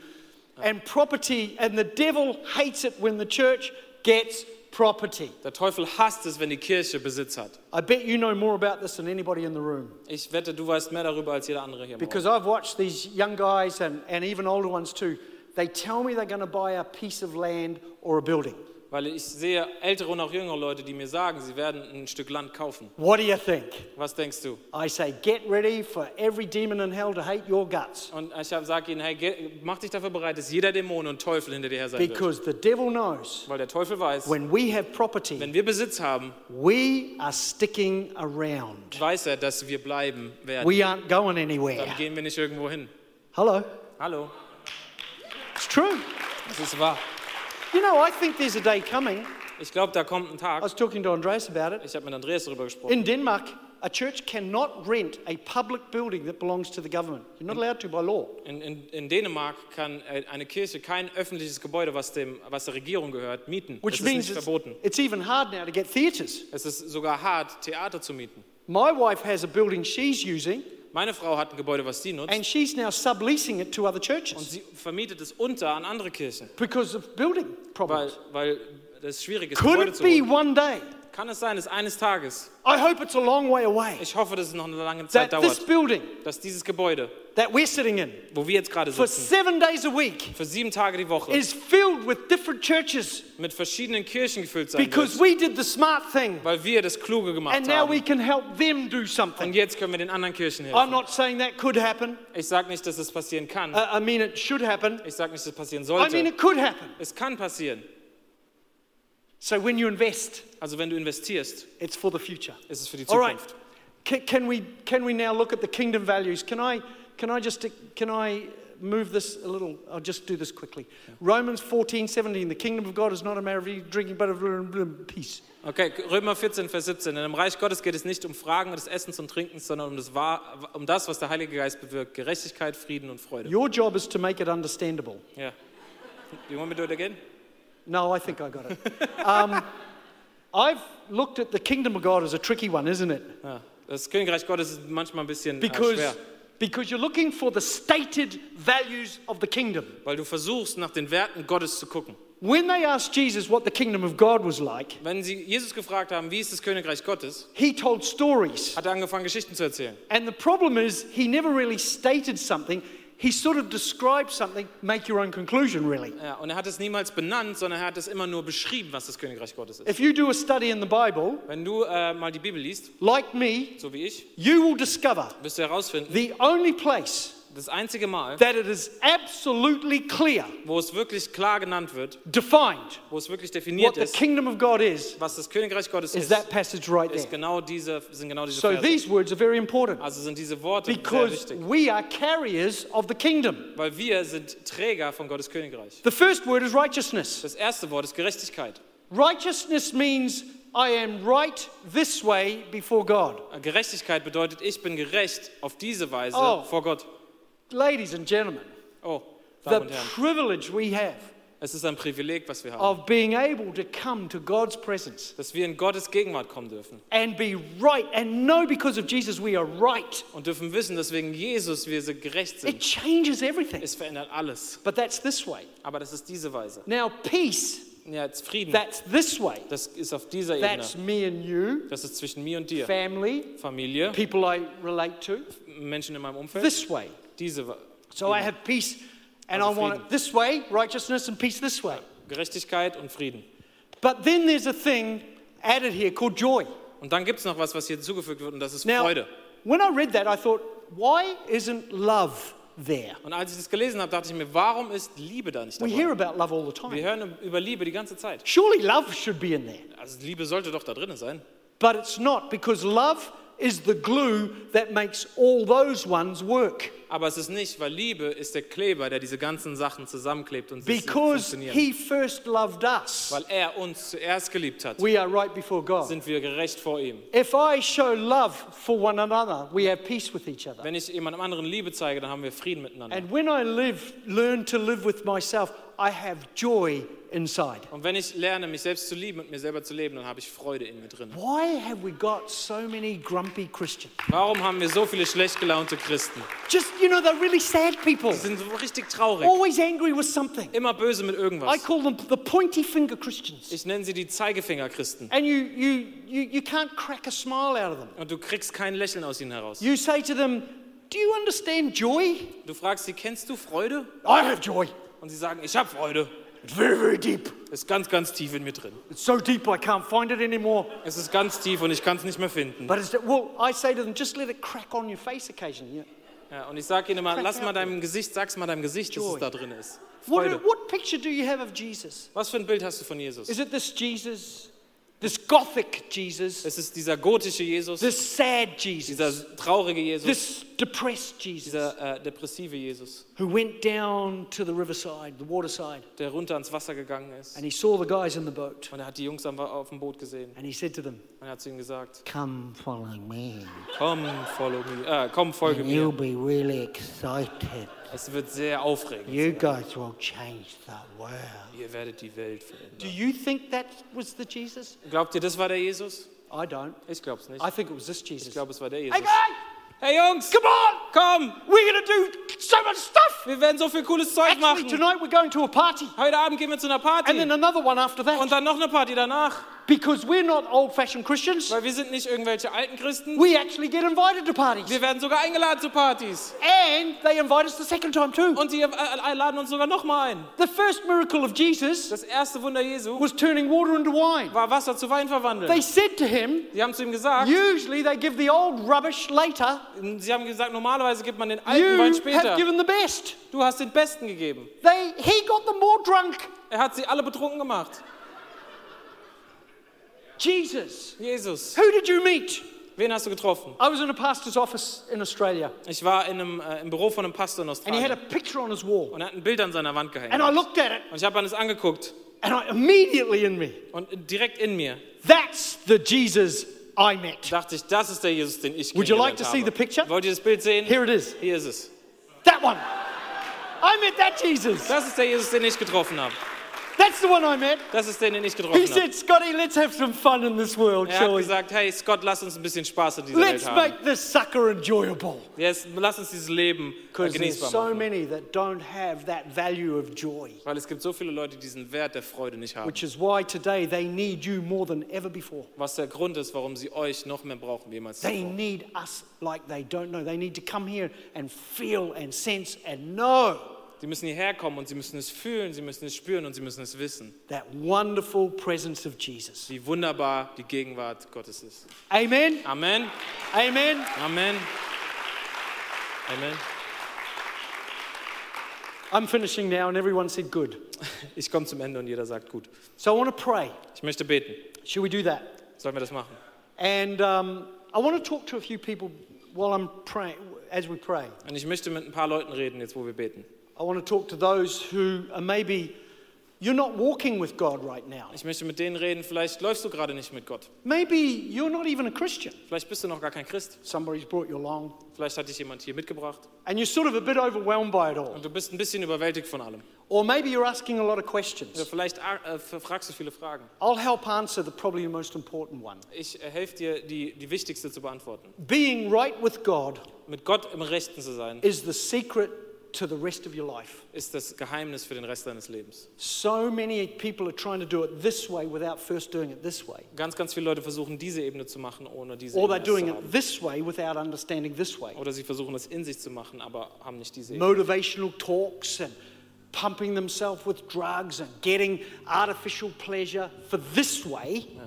[SPEAKER 1] And property, and the devil hates it when the church gets property.
[SPEAKER 2] Der Teufel hasst es, wenn die Kirche Besitz hat.
[SPEAKER 1] I bet you know more about this than anybody in the room
[SPEAKER 2] Ich wette, du weißt mehr darüber als jeder andere hier. im Raum.
[SPEAKER 1] because I've watched these young guys and, and even older ones too. They tell me they're going to buy a piece of land or a building.
[SPEAKER 2] Weil ich sehe ältere und auch jüngere Leute, die mir sagen, sie werden ein Stück Land kaufen.
[SPEAKER 1] What do you think?
[SPEAKER 2] Was denkst du?
[SPEAKER 1] I say, get ready for every demon in hell to hate your guts.
[SPEAKER 2] Und ich sage ihnen, hey, geh- mach dich dafür bereit, dass jeder Dämon und Teufel hinter dir her sein wird.
[SPEAKER 1] Because the devil knows
[SPEAKER 2] Weil der Teufel weiß,
[SPEAKER 1] when we have property,
[SPEAKER 2] wenn wir Besitz haben,
[SPEAKER 1] we are sticking around.
[SPEAKER 2] weiß er, dass wir bleiben werden.
[SPEAKER 1] We aren't going
[SPEAKER 2] Dann
[SPEAKER 1] anywhere.
[SPEAKER 2] gehen wir nicht irgendwo hin.
[SPEAKER 1] Hello.
[SPEAKER 2] Hallo,
[SPEAKER 1] It's true.
[SPEAKER 2] das ist wahr.
[SPEAKER 1] You know, I think there's a day coming.
[SPEAKER 2] Ich glaube, da kommt ein
[SPEAKER 1] I
[SPEAKER 2] Tag.
[SPEAKER 1] was talking to Andreas about it.
[SPEAKER 2] Ich habe mit Andreas darüber gesprochen.
[SPEAKER 1] Also- In Denmark, a church cannot rent a public building that belongs to the government. You're not allowed to by law.
[SPEAKER 2] In, in, in Dänemark kann äh, eine Kirche kein öffentliches Gebäude, was, dem, was der Regierung gehört, mieten. Das
[SPEAKER 1] Which
[SPEAKER 2] ist
[SPEAKER 1] means
[SPEAKER 2] nicht
[SPEAKER 1] it's,
[SPEAKER 2] verboten.
[SPEAKER 1] it's even hard now to get theatres.
[SPEAKER 2] Es ist sogar hart, Theater zu mieten.
[SPEAKER 1] My wife has a building she's using,
[SPEAKER 2] Meine Frau hat ein Gebäude, was sie nutzt.
[SPEAKER 1] and she's now subleasing it to other
[SPEAKER 2] Und
[SPEAKER 1] churches
[SPEAKER 2] sie vermietet es unter an andere Kirchen,
[SPEAKER 1] because of building
[SPEAKER 2] weil,
[SPEAKER 1] problems.
[SPEAKER 2] weil es schwierig ist,
[SPEAKER 1] Oh Could
[SPEAKER 2] Gebäude
[SPEAKER 1] it
[SPEAKER 2] zu
[SPEAKER 1] be
[SPEAKER 2] holen.
[SPEAKER 1] one day?
[SPEAKER 2] Kann es sein, dass eines Tages,
[SPEAKER 1] I hope it's a long way away.
[SPEAKER 2] ich hoffe, dass es noch eine lange Zeit
[SPEAKER 1] That this
[SPEAKER 2] dauert,
[SPEAKER 1] building
[SPEAKER 2] dass dieses Gebäude,
[SPEAKER 1] that we're sitting in
[SPEAKER 2] wo wir jetzt gerade
[SPEAKER 1] for
[SPEAKER 2] sitzen,
[SPEAKER 1] seven days a week
[SPEAKER 2] für sieben Tage die Woche
[SPEAKER 1] is filled with different churches
[SPEAKER 2] mit verschiedenen Kirchen gefüllt sein wird,
[SPEAKER 1] because we did the smart thing
[SPEAKER 2] weil wir das Kluge gemacht
[SPEAKER 1] and now we
[SPEAKER 2] haben.
[SPEAKER 1] can help them do
[SPEAKER 2] Und
[SPEAKER 1] something.
[SPEAKER 2] jetzt können wir den anderen Kirchen
[SPEAKER 1] I'm
[SPEAKER 2] helfen.
[SPEAKER 1] not saying that could happen.
[SPEAKER 2] Ich sage nicht, dass es passieren kann.
[SPEAKER 1] I I mean, it should happen.
[SPEAKER 2] Ich sage nicht, dass es passieren
[SPEAKER 1] Äh, I mean,
[SPEAKER 2] sollte.
[SPEAKER 1] it could happen.
[SPEAKER 2] Es kann passieren.
[SPEAKER 1] So when you invest,
[SPEAKER 2] Also wenn du investierst,
[SPEAKER 1] it's for the future.
[SPEAKER 2] ist es für die
[SPEAKER 1] All right.
[SPEAKER 2] Zukunft.
[SPEAKER 1] Can, can we can we now look at the kingdom values? Can I can I just can I move this a little? I'll just do this quickly. Romans 14, 17. The kingdom of God is not a matter of eating, drinking, but of blah, blah, blah, peace.
[SPEAKER 2] Okay, Römer 14, Vers 17. Denn im Reich Gottes geht es nicht um Fragen des Essens und Trinkens, sondern um das, Wahr- um das, was der Heilige Geist bewirkt. Gerechtigkeit, Frieden und Freude.
[SPEAKER 1] Your job is to make it understandable.
[SPEAKER 2] Ja. You want me to do it again?
[SPEAKER 1] No, I think I got it. um, I've looked at the kingdom of God as a tricky one, isn't it?
[SPEAKER 2] Ja. Das Königreich Gottes ist manchmal ein bisschen äh,
[SPEAKER 1] Because
[SPEAKER 2] schwer.
[SPEAKER 1] because you're looking for the stated values of the kingdom.
[SPEAKER 2] weil du versuchst, nach den Werten Gottes zu gucken.
[SPEAKER 1] When they asked Jesus what the kingdom of God was like,
[SPEAKER 2] Wenn sie Jesus gefragt haben, wie ist das Königreich Gottes,
[SPEAKER 1] he told stories.
[SPEAKER 2] hat er angefangen, Geschichten zu erzählen.
[SPEAKER 1] And the problem is, he never really stated something. He sort of described something, make your own conclusion, really.
[SPEAKER 2] Ja, und er hat es niemals benannt, sondern er hat es immer nur beschrieben, was das Königreich Gottes ist.
[SPEAKER 1] If you do a study in the Bible,
[SPEAKER 2] Wenn du äh, mal die Bibel liest,
[SPEAKER 1] like me,
[SPEAKER 2] so wie ich,
[SPEAKER 1] you will discover
[SPEAKER 2] wirst du herausfinden,
[SPEAKER 1] the only place
[SPEAKER 2] das einzige Mal,
[SPEAKER 1] that it is absolutely clear,
[SPEAKER 2] wo es wirklich klar genannt wird,
[SPEAKER 1] defined,
[SPEAKER 2] wo es wirklich
[SPEAKER 1] what
[SPEAKER 2] definiert
[SPEAKER 1] the
[SPEAKER 2] ist,
[SPEAKER 1] kingdom of God is,
[SPEAKER 2] was das Königreich Gottes
[SPEAKER 1] is
[SPEAKER 2] ist,
[SPEAKER 1] that passage right
[SPEAKER 2] ist
[SPEAKER 1] there.
[SPEAKER 2] genau diese, sind genau diese
[SPEAKER 1] So
[SPEAKER 2] Verse.
[SPEAKER 1] these words are very important
[SPEAKER 2] Also sind diese Worte sehr
[SPEAKER 1] because
[SPEAKER 2] wichtig,
[SPEAKER 1] we are carriers of the kingdom.
[SPEAKER 2] weil wir sind Träger von Gottes Königreich.
[SPEAKER 1] The first word is righteousness.
[SPEAKER 2] Das erste Wort ist Gerechtigkeit.
[SPEAKER 1] Righteousness means I am right this way before God.
[SPEAKER 2] Äh, Gerechtigkeit bedeutet, ich bin gerecht auf diese Weise
[SPEAKER 1] Oh.
[SPEAKER 2] vor Gott.
[SPEAKER 1] Ladies and gentlemen,
[SPEAKER 2] Oh,
[SPEAKER 1] the
[SPEAKER 2] Damen und Herren,
[SPEAKER 1] privilege we have
[SPEAKER 2] es ist ein Privileg, was wir haben,
[SPEAKER 1] of being able to come to God's presence
[SPEAKER 2] dass wir in Gottes Gegenwart kommen dürfen
[SPEAKER 1] and be right and know because of Jesus we are right.
[SPEAKER 2] und dürfen wissen, dass wegen Jesus wir so gerecht
[SPEAKER 1] It
[SPEAKER 2] sind.
[SPEAKER 1] changes everything.
[SPEAKER 2] Es verändert alles,
[SPEAKER 1] But that's this way.
[SPEAKER 2] aber das ist diese Weise.
[SPEAKER 1] Now, peace,
[SPEAKER 2] Ja, jetzt Frieden,
[SPEAKER 1] that's this way.
[SPEAKER 2] das ist auf dieser Ebene.
[SPEAKER 1] That's me and you,
[SPEAKER 2] Das ist zwischen mir und dir.
[SPEAKER 1] family,
[SPEAKER 2] Familie,
[SPEAKER 1] people I relate to,
[SPEAKER 2] Menschen in meinem Umfeld,
[SPEAKER 1] this way.
[SPEAKER 2] diese Wa-
[SPEAKER 1] So I have peace and I
[SPEAKER 2] Also
[SPEAKER 1] want
[SPEAKER 2] Frieden.
[SPEAKER 1] it this way, righteousness and peace this way.
[SPEAKER 2] Gerechtigkeit und Frieden.
[SPEAKER 1] But then there's a thing added here called joy.
[SPEAKER 2] Und dann gibt es noch was, was hier hinzugefügt wird, und das ist
[SPEAKER 1] Now,
[SPEAKER 2] Freude.
[SPEAKER 1] when I read that, I thought, why isn't love there?
[SPEAKER 2] Und als ich das gelesen habe, dachte ich mir, warum ist Liebe da nicht
[SPEAKER 1] We hear
[SPEAKER 2] dabei?
[SPEAKER 1] about love all the
[SPEAKER 2] Wir
[SPEAKER 1] time.
[SPEAKER 2] hören über Liebe die ganze Zeit.
[SPEAKER 1] Surely love should be in there.
[SPEAKER 2] Also Liebe sollte doch da drin sein.
[SPEAKER 1] But it's not because love is the glue that makes all those ones work.
[SPEAKER 2] Aber es ist nicht, weil Liebe ist der Kleber, der diese ganzen Sachen zusammenklebt und sie
[SPEAKER 1] Because
[SPEAKER 2] funktionieren.
[SPEAKER 1] he first loved us,
[SPEAKER 2] Weil er uns zuerst geliebt hat,
[SPEAKER 1] we are right before God.
[SPEAKER 2] sind wir gerecht vor ihm.
[SPEAKER 1] If I show love for one another, we have peace with each other.
[SPEAKER 2] Wenn ich jemandem anderen Liebe zeige, dann haben wir Frieden miteinander.
[SPEAKER 1] And when I live, learn to live with myself, I have joy inside.
[SPEAKER 2] Und wenn ich lerne, mich selbst zu lieben und mir selber zu leben, dann habe ich Freude in mir drin.
[SPEAKER 1] Why have we got so many grumpy Christians?
[SPEAKER 2] Warum haben wir so viele schlecht gelaunte Christen?
[SPEAKER 1] Just, you know, they're really sad people.
[SPEAKER 2] Die sind so richtig traurig,
[SPEAKER 1] Always angry with something.
[SPEAKER 2] immer böse mit
[SPEAKER 1] I
[SPEAKER 2] irgendwas.
[SPEAKER 1] call them the pointy finger Christians.
[SPEAKER 2] Ich nenne sie die Zeigefinger-Christen.
[SPEAKER 1] And you, you, you, you can't crack a smile out of them.
[SPEAKER 2] Und du kriegst kein Lächeln aus ihnen heraus.
[SPEAKER 1] You say to them, Do you understand joy?
[SPEAKER 2] Du fragst sie, kennst du Freude?
[SPEAKER 1] I have joy.
[SPEAKER 2] Und sie sagen, ich habe Freude.
[SPEAKER 1] It's very, very deep.
[SPEAKER 2] Ist ganz, ganz tief in mir drin.
[SPEAKER 1] It's so deep I can't find it anymore.
[SPEAKER 2] Es ist ganz tief und ich kann es nicht mehr finden.
[SPEAKER 1] But it's, well, I say to them, just let it crack on your face occasionally. you know.
[SPEAKER 2] Ja, und ich sage ihnen immer, lass mal deinem Gesicht, sag's mal deinem Gesicht, dass
[SPEAKER 1] Joy.
[SPEAKER 2] es da drin ist. Freude.
[SPEAKER 1] What, what picture do you have of Jesus?
[SPEAKER 2] Was für ein Bild hast du von Jesus?
[SPEAKER 1] Is it this Jesus? This gothic Jesus?
[SPEAKER 2] Es ist dieser gotische Jesus,
[SPEAKER 1] This sad Jesus?
[SPEAKER 2] dieser traurige Jesus,
[SPEAKER 1] This depressed Jesus?
[SPEAKER 2] dieser äh, depressive Jesus,
[SPEAKER 1] who went down to the riverside, the waterside,
[SPEAKER 2] der runter ans Wasser gegangen ist.
[SPEAKER 1] and he saw the guys in the boat,
[SPEAKER 2] Und er hat die Jungs am, Wa- auf dem Boot gesehen
[SPEAKER 1] and he said to them,
[SPEAKER 2] und er hat zu ihnen gesagt,
[SPEAKER 3] Come follow me.
[SPEAKER 2] komm, follow me, äh, komm, folge
[SPEAKER 3] And you'll be
[SPEAKER 2] mir.
[SPEAKER 3] really excited.
[SPEAKER 2] Es wird sehr aufregend.
[SPEAKER 3] You guys will change the world.
[SPEAKER 2] Ihr werdet die Welt verändern.
[SPEAKER 1] Do you think that was the Jesus?
[SPEAKER 2] Glaubt ihr, das war der Jesus?
[SPEAKER 1] I don't.
[SPEAKER 2] Ich glaub's nicht.
[SPEAKER 1] I think it was this
[SPEAKER 2] Ich
[SPEAKER 1] Jesus.
[SPEAKER 2] glaube, es war der
[SPEAKER 1] Hey,
[SPEAKER 2] Jesus.
[SPEAKER 1] guys,
[SPEAKER 2] Hey Jungs,
[SPEAKER 1] come on!
[SPEAKER 2] komm,
[SPEAKER 1] We're going to do so much stuff!
[SPEAKER 2] wir werden so viel cooles Zeug
[SPEAKER 1] Actually,
[SPEAKER 2] machen.
[SPEAKER 1] tonight we're going to a party,
[SPEAKER 2] Heute Abend gehen wir zu einer Party
[SPEAKER 1] and then another one after
[SPEAKER 2] und
[SPEAKER 1] that.
[SPEAKER 2] dann noch eine Party danach.
[SPEAKER 1] Because we're not old fashioned Christians,
[SPEAKER 2] Weil wir sind nicht irgendwelche alten Christen.
[SPEAKER 1] we actually get invited to parties.
[SPEAKER 2] Wir werden sogar eingeladen zu Partys.
[SPEAKER 1] And they invite us the second time too.
[SPEAKER 2] Und die äh, äh, laden uns sogar nochmal ein.
[SPEAKER 1] The first miracle of Jesus
[SPEAKER 2] Das erste Wunder Jesu
[SPEAKER 1] was turning water into wine.
[SPEAKER 2] war Wasser zu Wein
[SPEAKER 1] They
[SPEAKER 2] verwandeln.
[SPEAKER 1] said to him,
[SPEAKER 2] Die haben zu ihm gesagt,
[SPEAKER 1] Usually they give the old rubbish later.
[SPEAKER 2] sie haben gesagt, normalerweise gibt man den alten Wein
[SPEAKER 1] You have
[SPEAKER 2] später.
[SPEAKER 1] given the best.
[SPEAKER 2] Du hast den besten gegeben.
[SPEAKER 1] They, he got them all drunk.
[SPEAKER 2] Er hat sie alle betrunken gemacht.
[SPEAKER 1] Jesus.
[SPEAKER 2] Jesus,
[SPEAKER 1] Who did you meet?
[SPEAKER 2] wen hast du getroffen?
[SPEAKER 1] I was in a pastor's office in Australia,
[SPEAKER 2] Ich war in einem, äh, im Büro von einem Pastor in
[SPEAKER 1] and he had a
[SPEAKER 2] Australien.
[SPEAKER 1] picture on his wall.
[SPEAKER 2] Und er hat ein Bild an seiner Wand
[SPEAKER 1] And I
[SPEAKER 2] gehängt.
[SPEAKER 1] looked at it,
[SPEAKER 2] Und ich habe an es angeguckt.
[SPEAKER 1] and I immediately in me,
[SPEAKER 2] Und direkt in mir
[SPEAKER 1] that's the Jesus I met.
[SPEAKER 2] dachte ich, das ist der Jesus, den ich
[SPEAKER 1] Would you like
[SPEAKER 2] kennengelernt
[SPEAKER 1] to
[SPEAKER 2] habe.
[SPEAKER 1] see the picture?
[SPEAKER 2] Wollt ihr das Bild sehen?
[SPEAKER 1] Here it is.
[SPEAKER 2] Hier ist es.
[SPEAKER 1] That one. I met that Jesus.
[SPEAKER 2] Das ist der Jesus, den ich getroffen habe.
[SPEAKER 1] That's the one I met.
[SPEAKER 2] Das ist der, den ich getroffen
[SPEAKER 1] He
[SPEAKER 2] habe.
[SPEAKER 1] said, Scotty, let's have some fun in this world,
[SPEAKER 2] Er
[SPEAKER 1] shall
[SPEAKER 2] hat
[SPEAKER 1] we?
[SPEAKER 2] gesagt, hey Scott, lass uns ein bisschen Spaß in dieser
[SPEAKER 1] Let's
[SPEAKER 2] Welt haben.
[SPEAKER 1] make this sucker enjoyable.
[SPEAKER 2] Yes, lass uns dieses Leben äh,
[SPEAKER 1] Because there's
[SPEAKER 2] genießbar
[SPEAKER 1] so
[SPEAKER 2] machen.
[SPEAKER 1] many that don't have that value of joy,
[SPEAKER 2] Weil es gibt so viele Leute, die diesen Wert der Freude nicht haben.
[SPEAKER 1] which is why today they need you more than ever before.
[SPEAKER 2] Was der Grund ist, warum sie euch noch mehr brauchen wie jemals
[SPEAKER 1] They
[SPEAKER 2] zuvor.
[SPEAKER 1] need us like they don't know. They need to come here and feel and sense and know
[SPEAKER 2] Sie müssen hierher kommen und sie müssen es fühlen, sie müssen es spüren und sie müssen es wissen,
[SPEAKER 1] that wonderful presence of Jesus.
[SPEAKER 2] wie wunderbar die Gegenwart Gottes ist.
[SPEAKER 1] Amen.
[SPEAKER 2] Amen.
[SPEAKER 1] Amen.
[SPEAKER 2] Amen. Amen.
[SPEAKER 1] I'm finishing now, and everyone said good.
[SPEAKER 2] Ich komme zum Ende und jeder sagt gut.
[SPEAKER 1] So I want to pray.
[SPEAKER 2] Ich möchte beten.
[SPEAKER 1] Should we do that?
[SPEAKER 2] Sollen wir das machen?
[SPEAKER 1] And um, I want to talk to a few people while I'm praying, as we pray.
[SPEAKER 2] Und ich möchte mit ein paar Leuten reden, jetzt wo wir beten.
[SPEAKER 1] I want to talk to those who are maybe you're not walking with God right now.
[SPEAKER 2] Ich möchte mit denen reden, vielleicht läufst du gerade nicht mit Gott.
[SPEAKER 1] Maybe you're not even a Christian.
[SPEAKER 2] Vielleicht bist du noch gar kein Christ.
[SPEAKER 1] Somebody's brought you along,
[SPEAKER 2] Vielleicht hat dich jemand hier mitgebracht.
[SPEAKER 1] and you're sort of a bit overwhelmed by it all.
[SPEAKER 2] Und du bist ein bisschen überwältigt von allem.
[SPEAKER 1] Or maybe you're asking a lot of
[SPEAKER 2] Oder
[SPEAKER 1] questions.
[SPEAKER 2] vielleicht äh, fragst du viele Fragen.
[SPEAKER 1] I'll help answer the probably most important one.
[SPEAKER 2] Ich äh, helfe dir, die, die wichtigste zu beantworten.
[SPEAKER 1] Being right with God
[SPEAKER 2] Mit Gott im Rechten zu sein,
[SPEAKER 1] is the secret to the rest of your life.
[SPEAKER 2] ist das Geheimnis für den Rest deines Lebens.
[SPEAKER 1] So many people are trying to do it this way without first doing it this way.
[SPEAKER 2] Ganz, ganz viele Leute versuchen, diese Ebene zu machen, ohne diese
[SPEAKER 1] Or they're
[SPEAKER 2] Ebene
[SPEAKER 1] doing
[SPEAKER 2] zu
[SPEAKER 1] it
[SPEAKER 2] haben.
[SPEAKER 1] this way without understanding this way.
[SPEAKER 2] Oder sie versuchen, es in sich zu machen, aber haben nicht diese Ebene.
[SPEAKER 1] Motivational talks and pumping themselves with drugs and getting artificial pleasure for this way
[SPEAKER 2] Ja.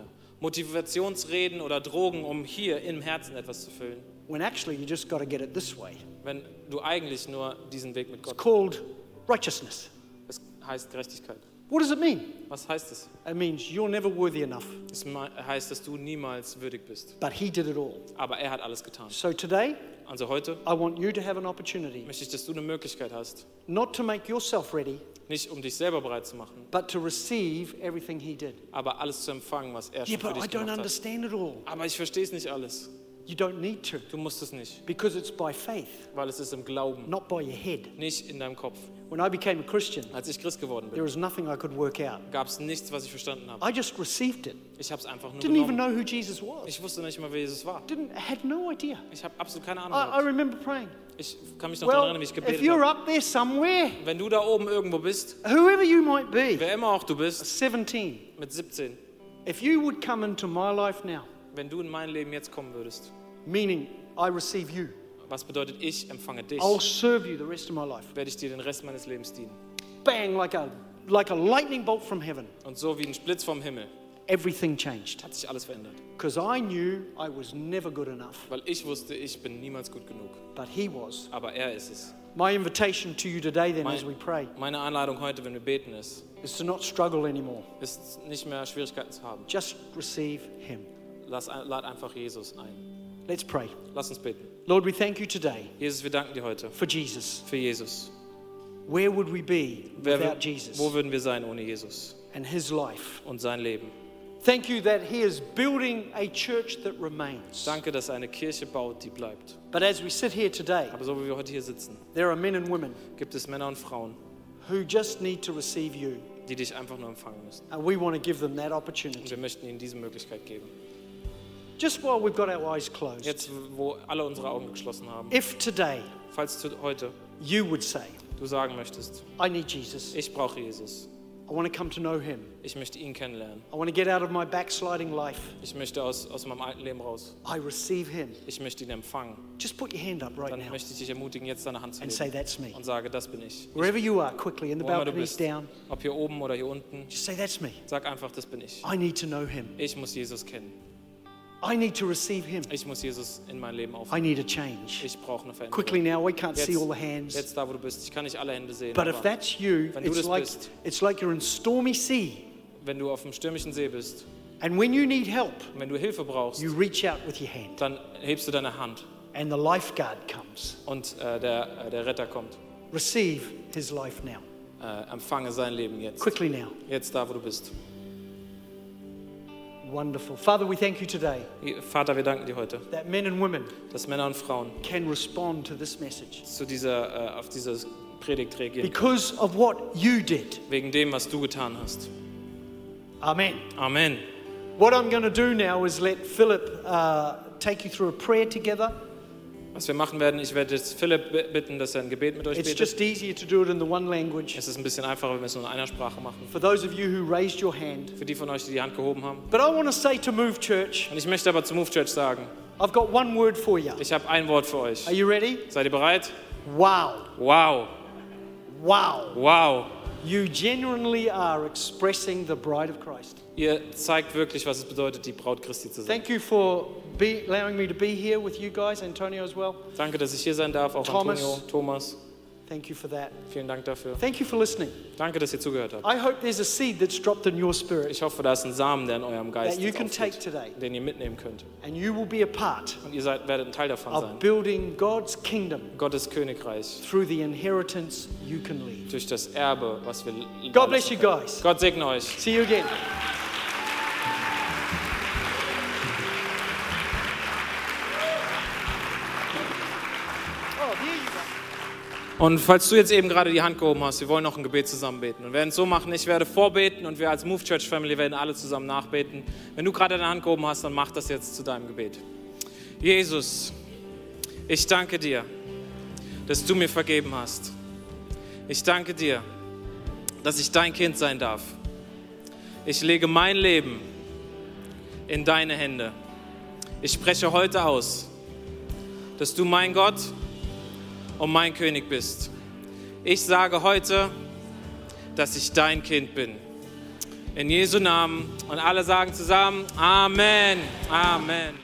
[SPEAKER 2] Motivationsreden oder Drogen, um hier im Herzen etwas zu füllen,
[SPEAKER 1] when actually you just got to get it this way.
[SPEAKER 2] wenn du eigentlich nur diesen Weg mit
[SPEAKER 1] It's
[SPEAKER 2] Gott.
[SPEAKER 1] called righteousness.
[SPEAKER 2] Es heißt Gerechtigkeit.
[SPEAKER 1] What does it mean?
[SPEAKER 2] Was heißt es?
[SPEAKER 1] It means you're never worthy enough,
[SPEAKER 2] Es me- heißt, dass du niemals würdig bist.
[SPEAKER 1] but He did it all.
[SPEAKER 2] Aber er hat alles getan.
[SPEAKER 1] So today,
[SPEAKER 2] Also heute
[SPEAKER 1] I want you to have an opportunity
[SPEAKER 2] möchte ich, dass du eine Möglichkeit hast,
[SPEAKER 1] not to make yourself ready,
[SPEAKER 2] nicht um dich selber bereit zu machen,
[SPEAKER 1] but to receive everything He did.
[SPEAKER 2] aber alles zu empfangen, was
[SPEAKER 1] Yeah,
[SPEAKER 2] er schon für
[SPEAKER 1] but I
[SPEAKER 2] dich
[SPEAKER 1] don't
[SPEAKER 2] gemacht hat.
[SPEAKER 1] understand it all.
[SPEAKER 2] Aber ich verstehe es nicht alles.
[SPEAKER 1] You don't need to,
[SPEAKER 2] Du musst es nicht,
[SPEAKER 1] because it's by faith,
[SPEAKER 2] weil es ist im Glauben,
[SPEAKER 1] not by your head.
[SPEAKER 2] nicht in deinem Kopf.
[SPEAKER 1] When I became a Christian,
[SPEAKER 2] Als ich Christ geworden
[SPEAKER 1] there
[SPEAKER 2] bin,
[SPEAKER 1] was nothing I could work out.
[SPEAKER 2] gab es nichts, was ich verstanden habe.
[SPEAKER 1] I just received it.
[SPEAKER 2] Ich habe es einfach nur
[SPEAKER 1] Didn't even
[SPEAKER 2] genommen.
[SPEAKER 1] know who Jesus was.
[SPEAKER 2] Ich wusste nicht mal, wer Jesus war.
[SPEAKER 1] Didn't had no idea.
[SPEAKER 2] Ich habe absolut keine Ahnung.
[SPEAKER 1] I, Uh, I
[SPEAKER 2] gehabt.
[SPEAKER 1] remember praying.
[SPEAKER 2] Ich kann mich noch daran
[SPEAKER 1] Well,
[SPEAKER 2] erinnern, wie ich
[SPEAKER 1] if
[SPEAKER 2] gebetet
[SPEAKER 1] you're
[SPEAKER 2] habe.
[SPEAKER 1] up there somewhere,
[SPEAKER 2] Wenn du da oben irgendwo bist,
[SPEAKER 1] whoever you might be,
[SPEAKER 2] wer immer auch du bist,
[SPEAKER 1] 17,
[SPEAKER 2] mit 17,
[SPEAKER 1] if you would come into my life now,
[SPEAKER 2] wenn du in mein Leben jetzt kommen würdest,
[SPEAKER 1] meaning I receive you,
[SPEAKER 2] was bedeutet, ich empfange dich,
[SPEAKER 1] I'll serve you the rest of my life.
[SPEAKER 2] werde ich dir den Rest meines Lebens dienen.
[SPEAKER 1] Bang, like a like a lightning bolt from heaven,
[SPEAKER 2] Und so wie ein Blitz vom Himmel
[SPEAKER 1] everything changed.
[SPEAKER 2] hat sich alles verändert.
[SPEAKER 1] Because I knew I was never good enough,
[SPEAKER 2] Weil ich wusste, ich bin niemals gut genug.
[SPEAKER 1] but He was.
[SPEAKER 2] Aber er ist es.
[SPEAKER 1] My invitation to you today, then,
[SPEAKER 2] Mein-
[SPEAKER 1] as we pray,
[SPEAKER 2] Meine Einladung heute, wenn wir beten, ist,
[SPEAKER 1] is to not struggle anymore.
[SPEAKER 2] ist nicht mehr Schwierigkeiten zu haben.
[SPEAKER 1] Just receive Him.
[SPEAKER 2] Lass, ein- lad einfach Jesus ein.
[SPEAKER 1] Let's pray.
[SPEAKER 2] Lass uns beten.
[SPEAKER 1] Lord, we thank you today
[SPEAKER 2] Jesus, wir danken dir heute
[SPEAKER 1] for Jesus.
[SPEAKER 2] für Jesus.
[SPEAKER 1] Where would we be
[SPEAKER 2] Wer,
[SPEAKER 1] without Jesus
[SPEAKER 2] wo würden wir sein ohne Jesus
[SPEAKER 1] and his life?
[SPEAKER 2] und sein Leben?
[SPEAKER 1] Thank you that he is building a church that remains.
[SPEAKER 2] Danke, dass er eine Kirche baut, die bleibt.
[SPEAKER 1] But as we sit here today,
[SPEAKER 2] Aber so wie wir heute hier sitzen,
[SPEAKER 1] there are men and women
[SPEAKER 2] gibt es Männer und Frauen,
[SPEAKER 1] who just need to receive you,
[SPEAKER 2] die dich einfach nur empfangen müssen.
[SPEAKER 1] and we want to give them that
[SPEAKER 2] Und
[SPEAKER 1] opportunity.
[SPEAKER 2] wir möchten ihnen diese Möglichkeit geben.
[SPEAKER 1] Just while we've got our eyes closed,
[SPEAKER 2] Jetzt, wo alle unsere Augen geschlossen haben,
[SPEAKER 1] if today
[SPEAKER 2] falls zu heute
[SPEAKER 1] you would say,
[SPEAKER 2] du sagen möchtest,
[SPEAKER 1] I need Jesus,
[SPEAKER 2] ich brauche Jesus,
[SPEAKER 1] I want to come to know him,
[SPEAKER 2] ich möchte ihn kennenlernen,
[SPEAKER 1] I want to get out of my backsliding life,
[SPEAKER 2] ich möchte aus, aus meinem alten Leben raus,
[SPEAKER 1] I receive him,
[SPEAKER 2] ich möchte ihn empfangen,
[SPEAKER 1] just put your hand up right
[SPEAKER 2] dann
[SPEAKER 1] now
[SPEAKER 2] möchte ich dich ermutigen, jetzt deine Hand zu
[SPEAKER 1] and say,
[SPEAKER 2] heben
[SPEAKER 1] That's me.
[SPEAKER 2] und sage, das bin ich.
[SPEAKER 1] Wherever you are, quickly, in the
[SPEAKER 2] Wo immer du
[SPEAKER 1] balconies
[SPEAKER 2] bist,
[SPEAKER 1] down,
[SPEAKER 2] ob hier oben oder hier unten,
[SPEAKER 1] just say, That's me.
[SPEAKER 2] sag einfach, das bin ich.
[SPEAKER 1] I need to know him.
[SPEAKER 2] Ich muss Jesus kennen.
[SPEAKER 1] I need to receive him.
[SPEAKER 2] Ich muss Jesus in mein Leben
[SPEAKER 1] I
[SPEAKER 2] aufnehmen.
[SPEAKER 1] need a change.
[SPEAKER 2] Ich brauche eine
[SPEAKER 1] Quickly
[SPEAKER 2] Veränderung.
[SPEAKER 1] now, we can't
[SPEAKER 2] Jetzt,
[SPEAKER 1] see all the hands.
[SPEAKER 2] jetzt da, wo du bist, ich kann nicht alle Hände sehen.
[SPEAKER 1] But if
[SPEAKER 2] aber-
[SPEAKER 1] that's you,
[SPEAKER 2] wenn du
[SPEAKER 1] it's
[SPEAKER 2] das
[SPEAKER 1] like,
[SPEAKER 2] bist.
[SPEAKER 1] it's like you're in stormy sea.
[SPEAKER 2] Wenn du auf dem stürmischen See bist,
[SPEAKER 1] And when you need help,
[SPEAKER 2] und wenn du Hilfe brauchst,
[SPEAKER 1] you reach out with your hand
[SPEAKER 2] dann hebst du deine Hand
[SPEAKER 1] and the lifeguard comes.
[SPEAKER 2] und äh, der, äh, der Retter kommt.
[SPEAKER 1] Receive his life now.
[SPEAKER 2] Äh, empfange sein Leben jetzt.
[SPEAKER 1] Quickly now.
[SPEAKER 2] Jetzt da, wo du bist.
[SPEAKER 1] Wonderful. Father, we thank you today
[SPEAKER 2] Vater, wir danken dir heute,
[SPEAKER 1] that men and women
[SPEAKER 2] dass Männer und Frauen
[SPEAKER 1] can respond to this message
[SPEAKER 2] zu dieser, äh, auf diese Predigt reagieren.
[SPEAKER 1] because of what you did.
[SPEAKER 2] Wegen dem, was du getan hast.
[SPEAKER 1] Amen.
[SPEAKER 2] Amen.
[SPEAKER 1] What I'm going to do now is let Philip uh, take you through a prayer together.
[SPEAKER 2] Was wir machen werden, ich werde jetzt Philipp b- bitten, dass er ein Gebet mit euch
[SPEAKER 1] It's
[SPEAKER 2] betet.
[SPEAKER 1] just easier to do it in the one language
[SPEAKER 2] Es ist ein bisschen einfacher, wenn wir es nur in einer Sprache machen.
[SPEAKER 1] for those of you who raised your hand.
[SPEAKER 2] Für die von euch, die die Hand gehoben haben.
[SPEAKER 1] But I want to say to Move Church,
[SPEAKER 2] Und ich möchte aber zu Move Church sagen,
[SPEAKER 1] I've got one word for you.
[SPEAKER 2] ich habe ein Wort für
[SPEAKER 1] Are
[SPEAKER 2] euch.
[SPEAKER 1] you ready?
[SPEAKER 2] Seid ihr bereit?
[SPEAKER 1] Wow.
[SPEAKER 2] Wow,
[SPEAKER 1] Wow.
[SPEAKER 2] wow.
[SPEAKER 1] You genuinely are expressing the bride of Christ.
[SPEAKER 2] Ihr zeigt wirklich, was es bedeutet, die Braut Christi zu sein.
[SPEAKER 1] Thank you for be, allowing me to be here with you guys, Antonio as well.
[SPEAKER 2] Danke, dass ich hier sein darf, auch
[SPEAKER 1] Thomas.
[SPEAKER 2] Antonio, Thomas.
[SPEAKER 1] Thank you for that.
[SPEAKER 2] Vielen Dank dafür.
[SPEAKER 1] Thank you for listening.
[SPEAKER 2] Danke, dass ihr zugehört habt.
[SPEAKER 1] I hope there's a seed that's dropped in your spirit
[SPEAKER 2] Ich hoffe, da ist ein Samen, der in eurem Geist
[SPEAKER 1] that you
[SPEAKER 2] jetzt
[SPEAKER 1] can take
[SPEAKER 2] aufgeht,
[SPEAKER 1] today,
[SPEAKER 2] den ihr mitnehmen könnt.
[SPEAKER 1] and you will be a part
[SPEAKER 2] Und ihr seid, werdet ein Teil davon
[SPEAKER 1] of
[SPEAKER 2] sein.
[SPEAKER 1] building God's kingdom
[SPEAKER 2] Gottes Königreich
[SPEAKER 1] through the inheritance you can leave.
[SPEAKER 2] durch das Erbe, was wir l-
[SPEAKER 1] God bless you
[SPEAKER 2] können.
[SPEAKER 1] guys.
[SPEAKER 2] Gott segne euch.
[SPEAKER 1] See you again. Oh, there you go.
[SPEAKER 2] Und falls du jetzt eben gerade die Hand gehoben hast, wir wollen noch ein Gebet zusammen beten. Und wir werden es so machen, ich werde vorbeten und wir als Move Church Family werden alle zusammen nachbeten. Wenn du gerade deine Hand gehoben hast, dann mach das jetzt zu deinem Gebet. Jesus, ich danke dir, dass du mir vergeben hast. Ich danke dir, dass ich dein Kind sein darf. Ich lege mein Leben in deine Hände. Ich spreche heute aus, dass du mein Gott und mein König bist. Ich sage heute, dass ich dein Kind bin. In Jesu Namen. Und alle sagen zusammen Amen. Amen.